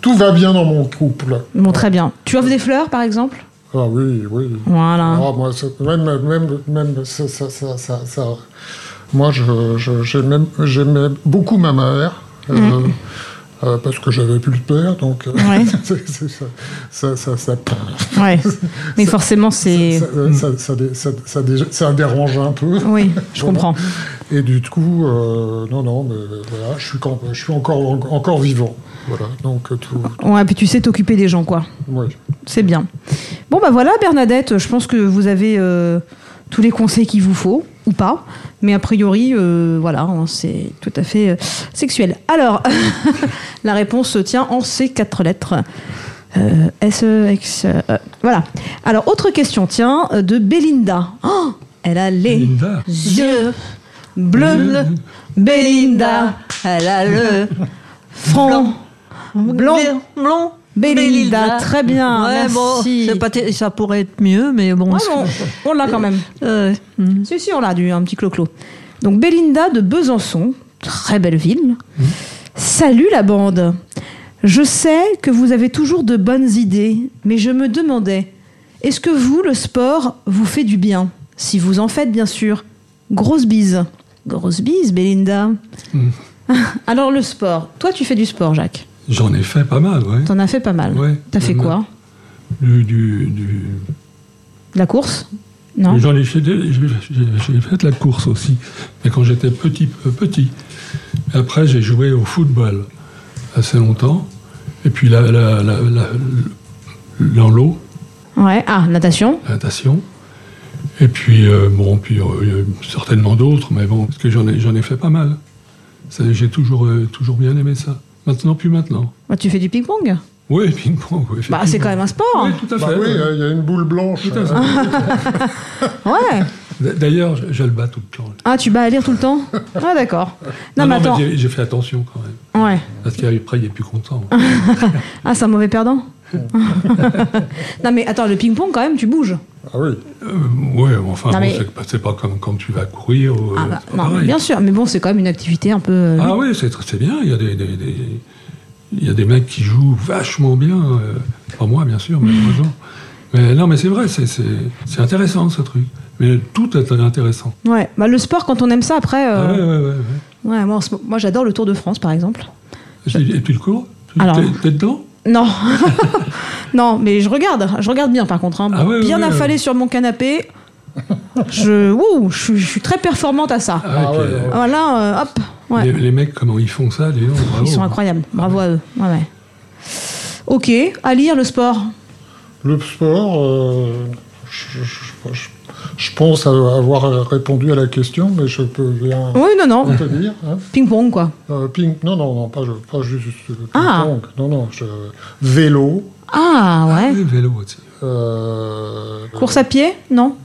S5: tout va bien dans mon couple.
S2: Bon, très bien. Tu offres des fleurs par exemple
S5: Ah oui, oui.
S2: Voilà.
S5: Ah, moi, c'est- même, même, même, ça, ça, ça, ça, ça. Moi, je- je- j'aimais j'aimais beaucoup ma mère. euh, euh, parce que j'avais plus le père, donc euh,
S2: Ouais.
S5: c'est- c'est ça, ça, ça, ça,
S2: Ouais. Mais forcément, c'est.
S5: Oh. ça, ça- ça dé- ça- ça dé- ça dérange un peu.
S2: Oui, je
S5: Voilà.
S2: comprends.
S5: Et du coup, euh, non, non, mais voilà, je suis, quand- je suis encore, encore vivant. Voilà, donc euh, tout.
S2: Ouais, puis tu sais t'occuper des gens, quoi.
S5: ouais.
S2: C'est bien. Bon, bah voilà, Bernadette, je pense que vous avez euh, tous les conseils qu'il vous faut, ou pas. Mais a priori, euh, voilà, hein, c'est tout à fait euh, sexuel. Alors, la réponse se tient en ces quatre lettres. Euh, S, E, X, euh, E. Voilà. Alors, autre question, tiens, euh, de Belinda. Oh, elle a les
S4: Linda.
S2: yeux bleus. Belinda,
S3: Elle a le
S2: front, blanc.
S3: blond.
S2: Belinda, très bien,
S3: Ouais, bon,
S2: merci.
S3: c'est pas ter- ça pourrait être mieux, mais bon.
S2: Ouais,
S3: c'est-
S2: bon, on l'a quand même. Mm.
S3: euh, hmm.
S2: Si, si, on l'a du un petit clo-clo. Donc Belinda de Besançon, très belle ville. Salut la bande. Je sais que vous avez toujours de bonnes idées, mais je me demandais, est-ce que vous, le sport, vous fait du bien Si vous en faites, bien sûr. Grosse bise. Grosse bise, Belinda. Alors le sport. Toi, tu fais du sport, Jacques.
S4: J'en ai fait pas mal, ouais.
S2: T'en as fait pas mal.
S4: Ouais.
S2: T'as fait
S4: Euh,
S2: quoi
S4: Du, du, du-
S2: De La course Non
S4: J'en ai fait, des- j'ai j'ai- j'ai fait de la course aussi, mais quand j'étais petit, euh, petit. Et Après, j'ai joué au football assez longtemps, et puis la, la, la- la- dans l'eau,
S2: Ouais. Ah, natation.
S4: la natation. Et puis, euh, bon, puis euh, il y a eu certainement d'autres, mais bon, parce que j'en ai, j'en ai fait pas mal. Ça, J'ai toujours, euh, toujours bien aimé ça. Maintenant, plus maintenant.
S2: Bah, tu fais du ping-pong
S4: Oui, ping-pong, oui.
S2: Bah, c'est quand même un sport.
S4: Oui, tout à fait.
S5: Bah oui, il y a une boule blanche. euh,
S4: Tout à fait.
S2: Ouais.
S4: D'ailleurs, je, je le bats tout le temps.
S2: Ah, tu bats à lire tout le temps Ah, d'accord. Non, mais
S4: Non, non, mais
S2: attends.
S4: j'ai- j'ai fait attention quand même.
S2: Ouais.
S4: Parce qu'après, il est plus content.
S2: Ah, c'est un mauvais perdant Non, mais attends, le ping-pong, quand même, tu bouges.
S5: Ah oui.
S4: Euh, ouais, enfin,
S2: Non,
S4: bon,
S2: mais-
S4: c'est pas- c'est pas comme quand tu vas courir. ou,
S2: Ah,
S4: euh,
S2: bah,
S4: c'est pas
S2: non,
S4: pareil.
S2: bien sûr. Mais bon, c'est quand même une activité un peu. euh,
S4: Ah oui, c'est c'est bien. Il y, a des, des- des- il y a des mecs qui jouent vachement bien. euh, pas moi, bien sûr, mais heureusement. Mais non, mais c'est vrai, c'est- c'est c'est intéressant ce truc. Mais tout est intéressant.
S2: Ouais. Bah, le sport, quand on aime ça, après. euh,
S4: Ah ouais,
S2: ouais.
S4: ouais, ouais, ouais.
S2: moi, en ce moment- moi, j'adore le Tour de France, par exemple.
S4: Et tu- Et tu le cours Tu-
S2: Euh. Alors-
S4: t'es- T'es dedans
S2: Non. non, mais je regarde. Je regarde bien, par contre. hein.
S4: Ah ouais,
S2: bien
S4: ouais, ouais.
S2: affalé sur mon canapé. Je, ouh, je, suis- je suis très performante à ça.
S4: Ah, et puis,
S5: ouais,
S4: euh,
S5: ouais.
S2: Voilà, euh, hop. Ouais.
S4: les, les mecs, comment ils font ça dis donc, bravo.
S2: Ils sont incroyables. Bravo à eux. Ouais, ouais. Ok, à lire le sport.
S5: Le sport, euh, je, je- je- je pense avoir répondu à la question, mais je peux bien
S2: Oui, non, non.
S5: te dire. hein.
S2: Ping-pong, quoi.
S5: Euh, ping, non, non, non, pas, pas juste euh,
S2: Ah.
S5: ping-pong. Non, non, je- vélo.
S2: Ah,
S4: Ah,
S2: ouais.
S4: le vélo aussi.
S5: euh,
S2: Course à pied Non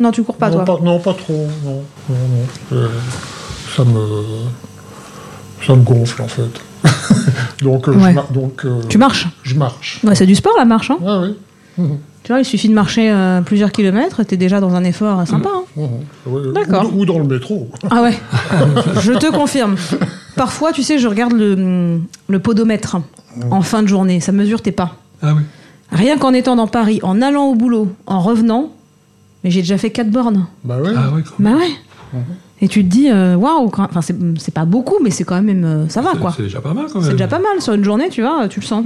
S2: Non, tu cours pas,
S5: non,
S2: toi.
S5: non, pas trop, non. non, non. Euh, ça me... Ça me gonfle, en fait. donc, euh,
S2: Ouais.
S5: je, mar- donc euh,
S2: Tu marches
S5: je marche.
S2: Ouais, c'est du sport, la marche. Hein.
S5: Ouais, oui. ah
S2: Tu vois, il suffit de marcher euh, plusieurs kilomètres, t'es déjà dans un effort euh, sympa. hein.
S5: Mhm. Ouais, ou-
S2: D'accord.
S5: Ou, dans le métro.
S2: Ah ouais, je te confirme. Parfois, tu sais, je regarde le, hum, le podomètre en fin de journée. Ça mesure tes pas.
S4: Ah oui.
S2: Rien qu'en étant dans Paris, en allant au boulot, en revenant, mais j'ai déjà fait quatre bornes.
S5: Bah oui.
S4: Ah oui, quand même.
S2: Bah ouais. Et tu te dis, euh, waouh, quand- enfin, c'est c'est pas beaucoup, mais c'est quand même, euh, ça va
S4: C'est-
S2: quoi.
S4: C'est Mhm. déjà pas mal quand même.
S2: C'est déjà pas mal sur une journée, tu vois, tu le sens.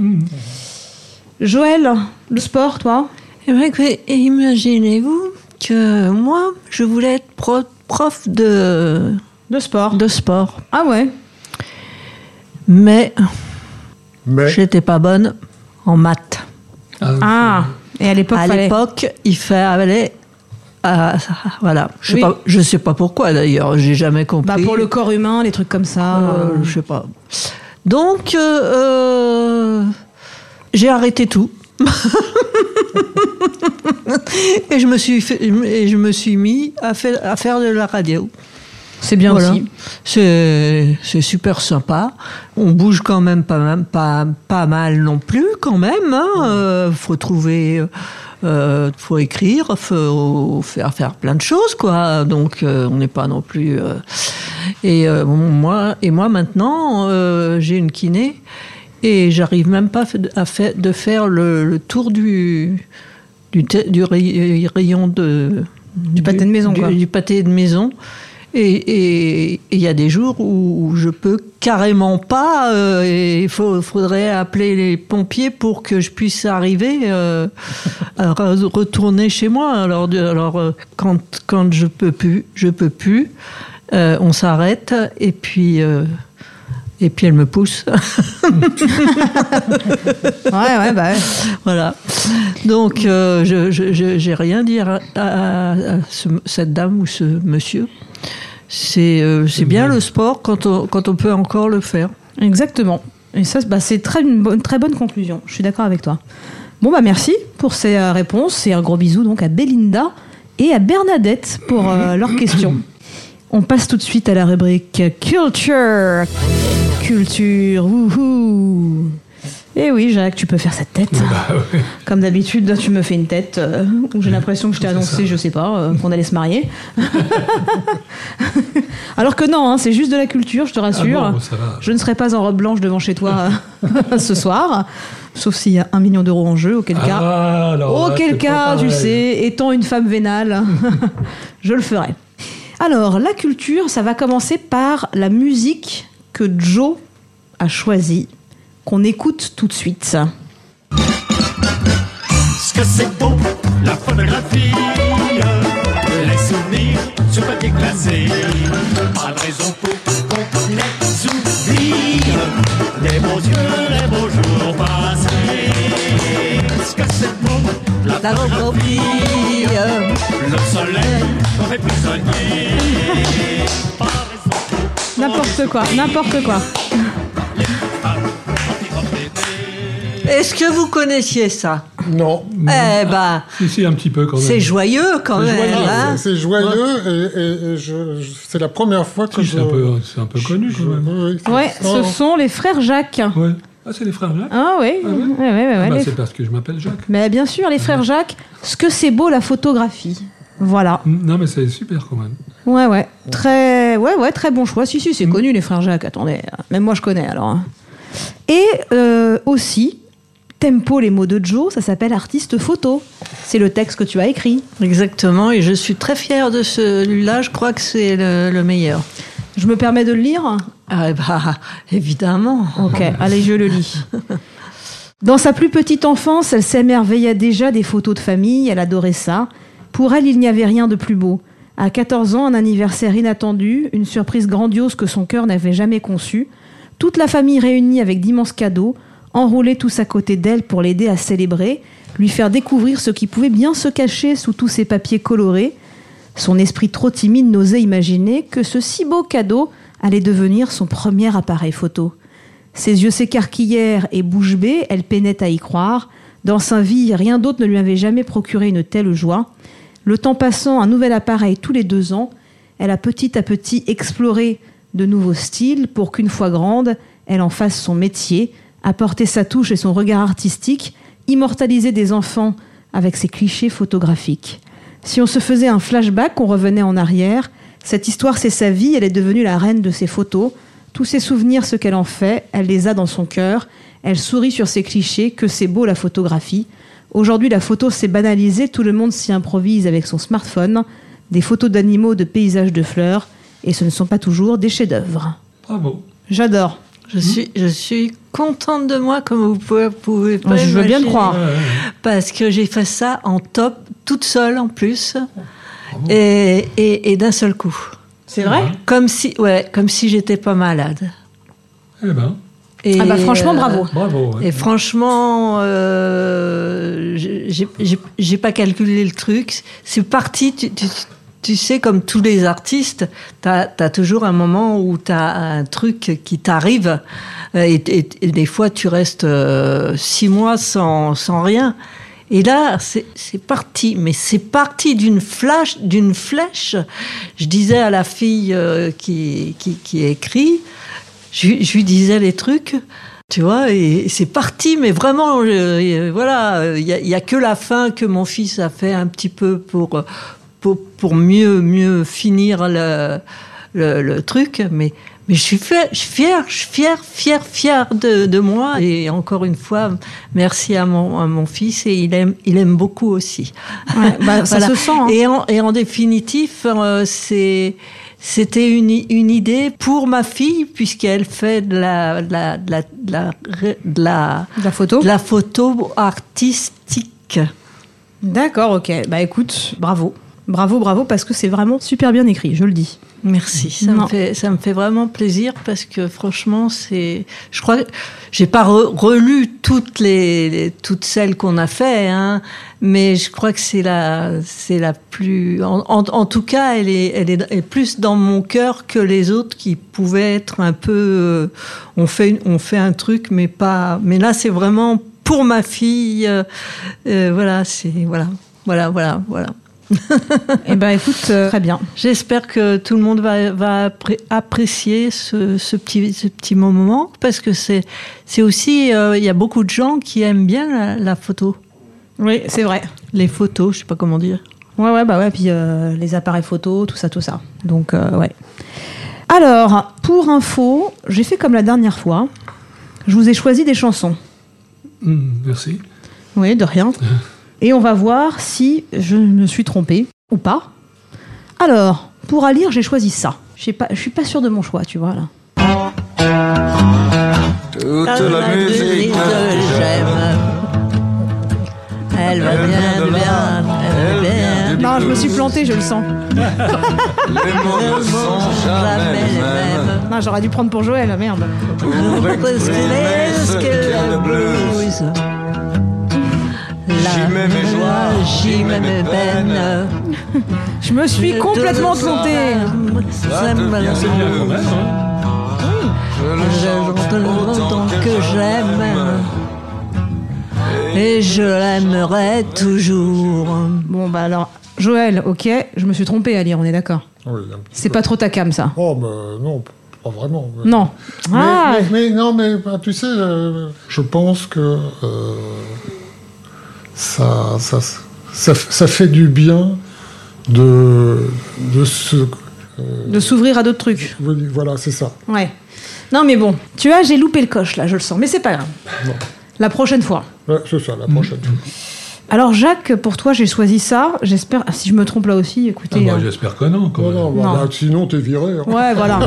S2: Joël, le sport, toi
S3: Eh ben, écoutez, Imaginez-vous que moi, je voulais être pro- prof de,
S2: De sport.
S3: de sport,
S2: Ah ouais
S3: mais
S5: Mais
S3: j'étais pas bonne en maths.
S2: Ah Et à l'époque,
S3: À
S2: fallait-
S3: l'époque, il fallait. ah, ça, voilà, je sais
S2: Oui.
S3: pas, je sais pas pourquoi d'ailleurs, j'ai jamais compris.
S2: Bah, pour le corps humain, les trucs comme ça.
S3: Euh,
S2: euh,
S3: je sais pas. Donc, euh, euh, j'ai arrêté tout. et, je me suis fait- et je me suis mis à, fait- à faire de la radio.
S2: C'est bien
S3: Voilà.
S2: aussi.
S3: C'est c'est super sympa. On bouge quand même pas, mal- pas, pas mal non plus, quand même. hein. Euh, faut trouver, euh, faut écrire, faut faire, faire plein de choses, quoi. Donc, euh, on n'est pas non plus. euh, Et, euh, bon, moi, et moi, maintenant, euh, j'ai une kiné et j'arrive même pas à faire, de faire le, le tour du, du, te- du ray- rayon de. Du
S2: pâté de maison,
S3: du-
S2: quoi.
S3: du pâté de maison. Et et- et il y a des jours où, où je peux carrément pas. euh, et Il faut- faudrait appeler les pompiers pour que je puisse arriver euh, à re- retourner chez moi. Alors, de- alors euh, quand, quand je peux plus, je peux plus. euh, on s'arrête et puis euh, et puis elle me pousse.
S2: Ouais, ouais, bah ouais.
S3: voilà. Donc euh, je je- je- j'ai rien dire à, à- à ce- cette dame ou ce monsieur. C'est euh, c'est bien le sport quand on, quand on peut encore le faire.
S2: Exactement. Et ça, bah, c'est très, une bonne, très bonne conclusion. Je suis d'accord avec toi. Bon, bah merci pour ces euh, réponses et un gros bisou donc à Belinda et à Bernadette pour euh, leurs questions. On passe tout de suite à la rubrique Culture. Culture, wouhou Eh oui, Jacques, tu peux faire cette tête.
S4: Bah, ouais.
S2: Comme d'habitude, tu me fais une tête euh, où j'ai l'impression que je t'ai annoncé, je sais pas, euh, qu'on allait se marier. Alors que non, hein, c'est juste de la culture, je te rassure.
S4: Ah bon, ça va.
S2: Je ne serai pas en robe blanche devant chez toi euh, ce soir, sauf s'il y a un million d'euros en jeu, auquel cas.
S4: Ah, alors là,
S2: Auquel
S4: c'est
S2: cas,
S4: pas
S2: tu
S4: pareil.
S2: sais, étant une femme vénale, je le ferai. Alors, la culture, ça va commencer par la musique que Joe a choisie, qu'on écoute tout de suite.
S6: Ce que c'est beau, la photographie, les souvenirs sur papier glacé. Pas de raison pour qu'on les oublie. Les beaux yeux, les beaux jours passés. Ce que c'est beau, la,
S3: La
S6: photographie,
S3: reprise.
S6: le soleil qu'on fait prisonnier. Pas raison pour
S2: N'importe quoi, n'importe quoi.
S3: Est-ce que vous connaissiez ça
S5: non,
S3: Eh ben,
S4: Si, si, un petit peu quand même.
S3: c'est joyeux quand
S4: C'est
S3: même.
S4: joyeux,
S2: Ah.
S3: hein.
S5: Euh, c'est joyeux et, et- et je- je- c'est la première fois que
S4: Si,
S5: je.
S4: c'est un peu, c'est un peu connu quand même.
S5: Oui, oui, c'est-
S2: Ouais, ce
S4: Oh.
S5: non.
S2: sont les frères Jacques.
S4: Ouais. Ah, c'est les frères Jacques
S2: Ah oui, ouais, ouais, ouais, ouais,
S4: Ah bah,
S2: les
S4: C'est parce que je m'appelle Jacques.
S2: Mais bien sûr, les frères Jacques, ce que c'est beau la photographie. Voilà.
S4: Mm, Non, mais c'est super quand même.
S2: Ouais, ouais. Très, ouais, ouais, très bon choix. Si, si, c'est connu, les frères Jacques. Attendez, euh, même moi, je connais alors. hein. Et euh, aussi, Tempo, les mots de Joe, ça s'appelle artiste photo. C'est le texte que tu as écrit.
S3: Exactement, et je suis très fière de celui-là, je crois que c'est le, le meilleur.
S2: Je me permets de le lire
S3: Ah bah, évidemment.
S2: Ok, allez, je le lis. Dans sa plus petite enfance, elle s'émerveilla déjà des photos de famille, elle adorait ça. Pour elle, il n'y avait rien de plus beau. À 14 ans, un anniversaire inattendu, une surprise grandiose que son cœur n'avait jamais conçue. Toute la famille réunie avec d'immenses cadeaux, enroulés tous à côté d'elle pour l'aider à célébrer, lui faire découvrir ce qui pouvait bien se cacher sous tous ces papiers colorés. Son esprit trop timide n'osait imaginer que ce si beau cadeau allait devenir son premier appareil photo. Ses yeux s'écarquillèrent et bouche bée, elle peinait à y croire. Dans sa vie, rien d'autre ne lui avait jamais procuré une telle joie. Le temps passant, un nouvel appareil tous les deux ans, elle a petit à petit exploré de nouveaux styles pour qu'une fois grande, elle en fasse son métier, apporter sa touche et son regard artistique, immortaliser des enfants avec ses clichés photographiques. Si on se faisait un flashback, on revenait en arrière. Cette histoire, c'est sa vie, elle est devenue la reine de ses photos. Tous ses souvenirs, ce qu'elle en fait, elle les a dans son cœur. Elle sourit sur ses clichés, que c'est beau la photographie. Aujourd'hui, la photo s'est banalisée, tout le monde s'y improvise avec son smartphone. Des photos d'animaux, de paysages, de fleurs. Et ce ne sont pas toujours des chefs-d'œuvre.
S4: Bravo.
S2: J'adore.
S3: Je suis, je suis contente de moi, comme vous pouvez, pouvez pas.
S2: Je veux bien le
S3: imaginer.
S2: croire.
S4: Ouais, ouais, ouais.
S3: Parce que j'ai fait ça en top, toute seule en plus, et, et- et d'un seul coup.
S2: C'est vrai
S3: Comme si, ouais, comme si j'étais pas malade.
S4: Eh ben,
S3: Et,
S2: Ah bah franchement, bravo.
S4: bravo. ouais.
S3: Et franchement, euh, j'ai- j'ai- j'ai j'ai pas calculé le truc. C'est parti, tu, tu- tu sais, comme tous les artistes, t'as as toujours un moment où t'as un truc qui t'arrive. euh, Et, et- et des fois, tu restes euh, six mois sans, sans rien. Et là, c'est c'est parti, mais c'est parti d'une flash, d'une flèche. Je disais à la fille euh, qui, qui, qui écrit, je, lui- je lui disais les trucs, tu vois, et c'est parti, mais vraiment, euh, euh, voilà, euh, il y a- il y a, que la fin que mon fils a fait un petit peu pour, euh, pour, pour mieux, mieux finir le, le, le truc, mais. Mais je suis fière, je suis fière, je suis fière, fière, fière de, de moi. Et encore une fois, merci à mon, à mon fils. Et il aime, il aime beaucoup aussi.
S2: bah, ça se sent, hein.
S3: Et en, et en définitif, euh, c'est- c'était une, i- une idée pour ma fille, puisqu'elle fait de la, de la, de la, de la, ré- de la-
S2: De la photo
S3: de la photo artistique.
S2: D'accord, ok. Bah écoute, bravo. Bravo, bravo, parce que c'est vraiment super bien écrit, je le dis.
S3: Merci, ça
S2: Non.
S3: me, fait, ça me fait vraiment plaisir parce que franchement, c'est, je crois, j'ai pas re- relu toutes les, les- toutes celles qu'on a fait, hein, mais je crois que c'est la, c'est la plus, en, en- en tout cas, elle est, elle est, elle est plus dans mon cœur que les autres qui pouvaient être un peu, euh, on fait, une- on fait un truc, mais pas, mais là, c'est vraiment pour ma fille, euh, euh, voilà, c'est, voilà, voilà, voilà, voilà.
S2: Eh ben écoute, euh, très bien.
S3: J'espère que tout le monde va, va appré- apprécier ce, ce petit, ce petit moment parce que c'est c'est aussi, euh, il y a beaucoup de gens qui aiment bien la, la photo.
S2: Oui, c'est vrai.
S3: Les photos, je sais pas comment dire.
S2: Ouais, ouais, bah ouais, puis euh, les appareils photo, tout ça, tout ça. Donc, euh, ouais. Alors, pour info, j'ai fait comme la dernière fois. Je vous ai choisi des chansons.
S4: Hum, merci.
S2: Oui, de rien. Et on va voir si je me suis trompée ou pas. Alors, pour à lire, j'ai choisi ça. Je sais pas, je suis pas sûre de mon choix, tu vois là.
S7: Toute la musique que j'aime,
S3: Elle
S7: va bien de là, elle vient du
S2: Non, je me suis
S7: blues.
S2: plantée, je le sens.
S7: les mots ne sont jamais les mêmes.
S2: Non, j'aurais dû prendre pour Joël, ah, merde.
S7: Pour exprimer ce qu'est le blues, j'y mets mes joies, j'y mets mes peines.
S2: Je me suis complètement plantée.
S7: Ça devient
S4: C'est bien quand même. hein.
S7: Je le chante autant que j'aime.
S3: Et je l'aimerai toujours.
S2: Bon, bah alors, Joël, ok, je me suis trompée à lire, on est d'accord.
S5: Oui, un petit
S2: C'est
S5: peu.
S2: pas trop ta cam, ça.
S5: Oh, mais non, pas vraiment. mais-
S2: Non.
S5: Mais,
S2: Ah
S5: mais- mais non, mais bah, tu sais, euh, je pense que euh, ça, ça, ça, ça fait du bien de, de se.
S2: De s'ouvrir à d'autres trucs.
S5: oui, Voilà, c'est ça.
S2: Ouais. Non, mais bon, tu vois, j'ai loupé le coche, là, je le sens. Mais c'est pas grave.
S5: Bon.
S2: La prochaine fois.
S5: Ouais, C'est ça, la prochaine fois.
S2: Alors, Jacques, pour toi, j'ai choisi ça. J'espère. ah, Si je me trompe là aussi,
S4: Ah,
S2: écoutez.
S4: bah,
S2: euh,
S4: J'espère que non. Quand
S5: Non,
S4: même.
S5: non, bah,
S2: Non.
S5: bah, sinon, t'es viré. hein.
S2: Ouais, voilà.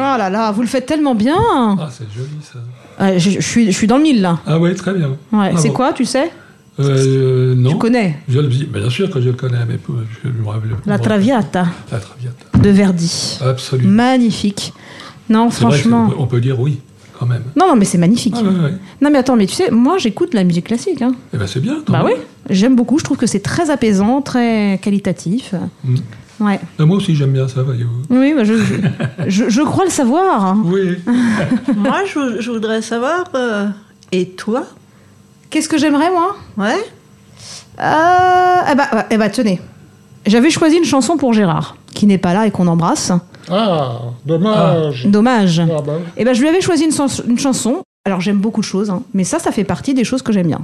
S2: Oh là là, vous le faites tellement bien.
S4: Ah, c'est joli ça.
S2: Ouais, je, je suis, je suis dans le mille là.
S4: Ah oui, très bien.
S2: Ouais,
S4: Bravo.
S2: c'est quoi, tu sais
S4: euh, Non.
S2: Tu connais
S4: Je le dis, bien sûr que je le connais, mais peu- je me rappelle.
S2: La Traviata
S4: La Traviata.
S2: de Verdi.
S4: Absolument.
S2: Magnifique. Non,
S4: C'est vrai que
S2: franchement.
S4: on peut- on peut dire oui, quand même.
S2: Non, non, mais c'est magnifique.
S4: Ah ouais, ouais.
S2: Non, mais attends, mais tu sais, moi j'écoute la musique classique. Hein.
S4: Eh ben c'est bien. tant
S2: Bah oui,
S4: mieux.
S2: j'aime beaucoup. Je trouve que c'est très apaisant, très qualitatif.
S4: Mm.
S2: Ouais.
S4: Non, Euh, moi aussi j'aime bien ça, voyez-vous.
S2: Oui, bah, je, je, je- je crois le savoir. hein.
S4: Oui.
S3: Moi, je, je voudrais savoir, euh, et toi
S2: Qu'est-ce que j'aimerais, moi
S3: Ouais
S2: Euh, eh, bah, eh bah, tenez. J'avais choisi une chanson pour Gérard, qui n'est pas là et qu'on embrasse.
S5: Ah, dommage.
S2: Dommage.
S5: Ah, bah,
S2: Eh ben, je lui avais choisi une, sans- une chanson Alors j'aime beaucoup de choses, hein, mais ça, ça fait partie des choses que j'aime bien.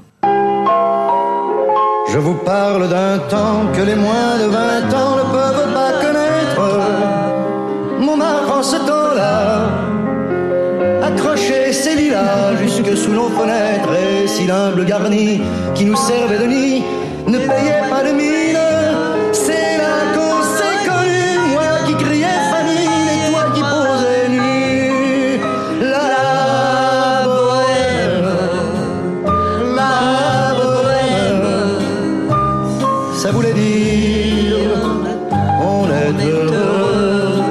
S8: Je vous parle d'un temps que les moins de 20 ans ne peuvent pas connaître. Mon mari en ce temps-là accrochait ses lilas jusque sous nos fenêtres et si l'humble garni qui nous servait de nid ne payait pas de mine. C'est là qu'on s'est connus, moi qui criais famine et toi qui posais nu. La bohème, la bohème, ça voulait dire on est heureux.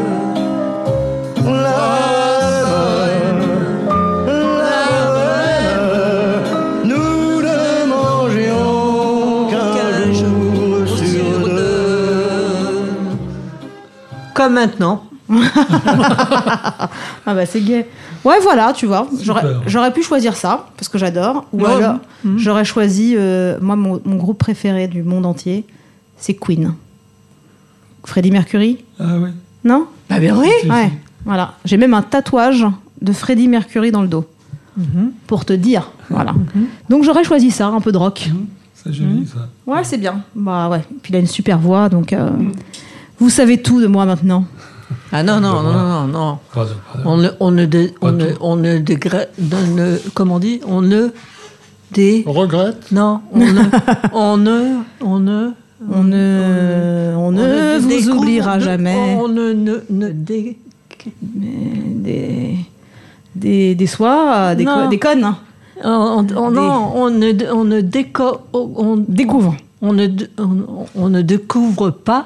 S8: La bohème, la bohème, nous ne mangeons qu'un jour sur deux.
S3: Comme maintenant.
S2: Ah bah c'est gay. Ouais, voilà, tu vois. J'aurais-
S4: Super.
S2: J'aurais pu choisir ça, parce que j'adore. Ou
S3: Ouais,
S2: alors, j'aurais choisi, euh, moi, mon, mon groupe préféré du monde entier, c'est Queen. Freddie Mercury
S4: Ah oui.
S2: Non
S3: Bah bien oui.
S4: Si,
S2: Ouais, voilà. J'ai même un tatouage de Freddie Mercury dans le dos. Pour te dire, voilà. Donc j'aurais choisi ça, un peu de rock.
S4: C'est joli,
S2: Mhm.
S4: ça.
S2: Ouais, c'est bien. Bah ouais. Puis il a une super voix, donc euh, vous savez tout de moi maintenant.
S3: Ah non non non non non. non.
S4: Pardon, pardon.
S3: On ne on ne
S4: Euh,
S3: dé-
S4: Pas
S3: on ne
S4: tout.
S3: on ne dégra- on ne- comment on dit on ne dé
S5: Regrette
S3: non on ne on ne on ne
S2: On ne, Euh, on ne vous
S3: découvre-
S2: oubliera
S3: on ne-
S2: jamais.
S3: On ne ne ne dé-
S2: Des, des, des soirs, des,
S3: Non.
S2: co- des connes. hein.
S3: on, Oh, on- on- non, on ne on ne déco- oh, on,
S2: Découvre.
S3: on ne d- on- on ne découvre pas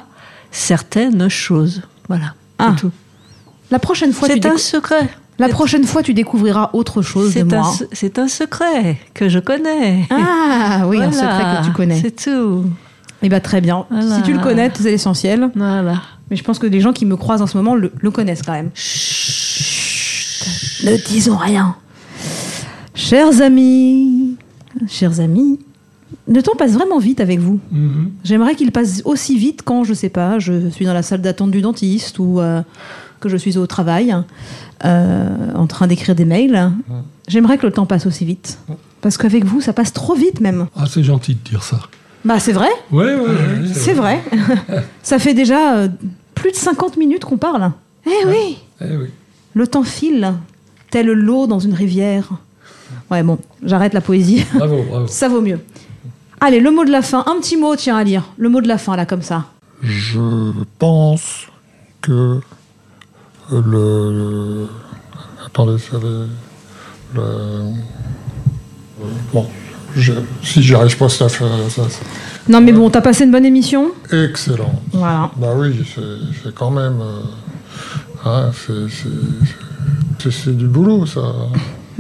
S3: certaines choses. Voilà. c'est
S2: Ah.
S3: tout.
S2: La prochaine fois, tu
S3: C'est un
S2: décou-
S3: secret.
S2: la prochaine fois, tu découvriras autre chose de
S3: C'est un,
S2: moi.
S3: se- c'est un secret que je connais.
S2: Ah oui, un
S3: Voilà,
S2: secret que tu connais.
S3: C'est tout.
S2: Eh bien, très bien.
S3: Voilà.
S2: Si tu le connais, c'est l'essentiel.
S3: Voilà.
S2: Mais je pense que les gens qui me croisent en ce moment le, le connaissent quand même. Ne disons rien. Chers amis, chers amis, le temps passe vraiment vite avec vous.
S4: Mhm.
S2: J'aimerais qu'il passe aussi vite quand, je sais pas, je suis dans la salle d'attente du dentiste ou euh, que je suis au travail, euh, en train d'écrire des mails. J'aimerais que le temps passe aussi vite. Parce qu'avec vous, ça passe trop vite même.
S4: Ah, c'est gentil de dire ça. Ah,
S2: Bah, c'est vrai,
S4: Ouais, ouais, ouais,
S2: c'est vrai. ça fait déjà euh, plus de 50 minutes qu'on parle. Eh oui!
S4: Eh oui.
S2: Le temps file, tel l'eau dans une rivière. Ouais, bon, j'arrête la poésie.
S4: Bravo, bravo.
S2: Ça vaut mieux. Allez, le mot de la fin. Un petit mot, tiens, à lire. Le mot de la fin, là, comme ça.
S5: Je pense que le. Attendez, ça va- le- Bon, je- si j'y arrive pas, ça fait. ça- ça-
S2: Non, mais bon, t'as passé une bonne émission
S5: Excellent.
S2: Voilà.
S5: Bah oui, c'est- c'est quand même. euh, hein, c'est- c'est- c'est c'est du boulot, ça.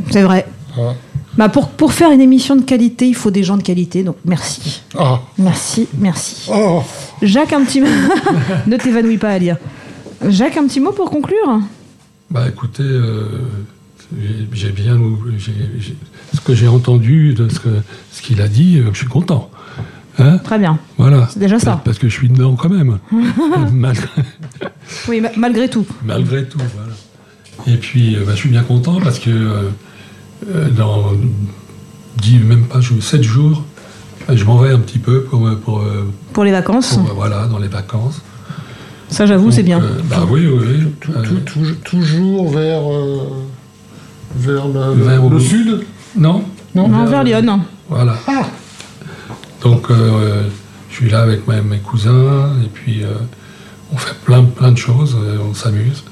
S2: C'est vrai.
S5: hein.
S2: Bah, pour, pour faire une émission de qualité, il faut des gens de qualité, donc merci.
S5: Ah,
S2: Merci, merci.
S5: oh,
S2: Jacques, un petit mot. ne t'évanouis pas à lire. Jacques, un petit mot pour conclure
S4: Bah écoutez, euh, j'ai- j'ai bien j'ai- j'ai- ce que j'ai entendu de ce que- ce qu'il a dit, euh, je suis content. Hein
S2: Très bien.
S4: voilà.
S2: C'est déjà ça.
S4: Parce- Parce que je suis dedans quand même. Mal-
S2: Oui, ma- malgré tout.
S4: malgré tout. Voilà. Et puis, euh, bah, je suis bien content parce que euh, euh, dans dix, même pas je- sept jours, euh, je m'en vais un petit peu pour, euh, pour, euh,
S2: Pour les vacances,
S4: pour, euh, voilà dans les vacances.
S2: ça j'avoue, c'est
S4: Donc,
S2: Mmh. bien.
S4: euh, bah oui, oui. oui.
S5: Tou-
S4: Euh,
S5: tou- tou- toujours vers, euh, vers le,
S4: Vers
S5: le
S4: où
S5: sud
S4: non,
S5: Non,
S2: Non, vers Lyon. non.
S4: Voilà.
S2: Ah.
S4: Donc, euh, je suis là avec mes, mes cousins, et puis euh, on fait plein, plein de choses, euh, on s'amuse.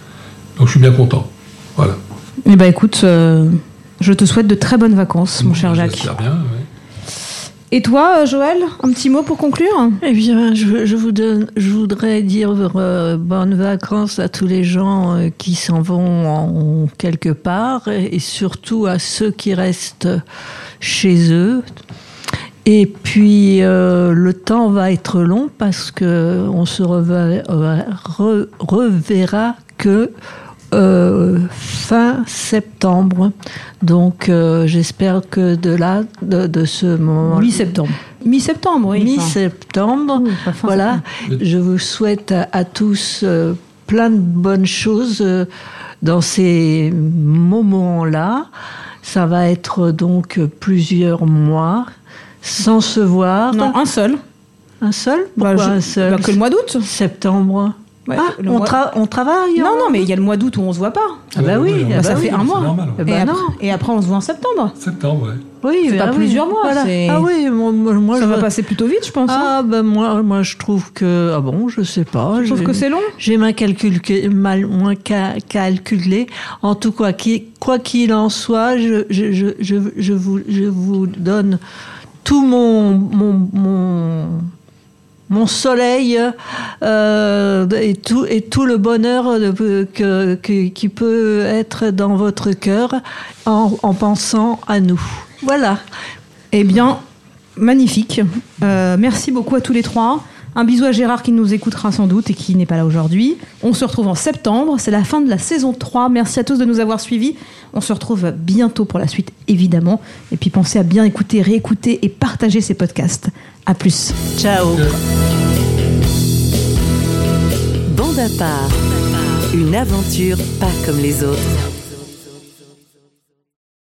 S4: Donc, je suis bien content. Voilà.
S2: Eh ben écoute, euh, je te souhaite de très bonnes vacances, mon cher Jacques.
S4: J'espère bien, oui.
S2: Et toi, euh, Joël, un petit mot pour conclure
S3: Eh bien, je, je vous donne, je voudrais dire euh, bonnes vacances à tous les gens euh, qui s'en vont en- quelque part et, et surtout à ceux qui restent chez eux. Et puis, euh, le temps va être long parce que on se reva- euh, re- reverra que euh, fin septembre. Donc, euh, j'espère que de là, de, de ce moment
S2: Mi-septembre. Mi-septembre, oui. enfin.
S3: mi-septembre.
S2: Oui, pas fin
S3: Voilà, je vous souhaite à, à tous euh, plein de bonnes choses euh, dans ces moments-là. Ça va être donc plusieurs mois sans se voir.
S2: Non, un seul.
S3: Un seul Pourquoi
S2: Bah, je-
S3: un seul
S2: bah, que le mois d'août.
S3: Septembre.
S2: Ouais,
S3: ah,
S2: le
S3: on,
S2: mois-
S3: tra- on travaille hein
S2: Non,
S3: en-
S2: non, mais il y a le mois d'août où on se voit pas.
S3: Ah bah oui,
S4: ouais,
S3: ah
S4: ouais,
S3: bah
S2: ça
S3: oui,
S2: fait un
S4: c'est
S2: mois.
S4: normal, ouais.
S3: bah
S2: et, après,
S3: non.
S2: et après, on se voit en septembre.
S4: Septembre, ouais.
S3: Oui,
S2: C'est
S3: bah
S2: pas
S3: oui,
S2: plusieurs mois,
S3: voilà.
S2: c'est-
S3: Ah oui, moi, moi- moi,
S2: Ça
S3: je
S2: va
S3: vois-
S2: passer plutôt vite, je pense. hein.
S3: Ah ben moi, moi je trouve que ah bon, je sais pas.
S2: Je trouve
S3: j'ai-
S2: que c'est long.
S3: J'ai mal calculé, mal moins ca- calculé. En tout cas, qui- quoi qu'il en soit, je, je, je, je, je vous, je vous donne tout mon mon, mon, mon soleil euh, et tout et tout le bonheur de- que, que- qui peut être dans votre cœur en, en pensant à nous. Voilà.
S2: Eh bien, magnifique. Euh, merci beaucoup à tous les trois. Un bisou à Gérard qui nous écoutera sans doute et qui n'est pas là aujourd'hui. On se retrouve en septembre. C'est la fin de la saison 3. Merci à tous de nous avoir suivis. On se retrouve bientôt pour la suite, évidemment. Et puis pensez à bien écouter, réécouter et partager ces podcasts. À plus.
S3: Ciao.
S1: Bande à part, une aventure pas comme les autres.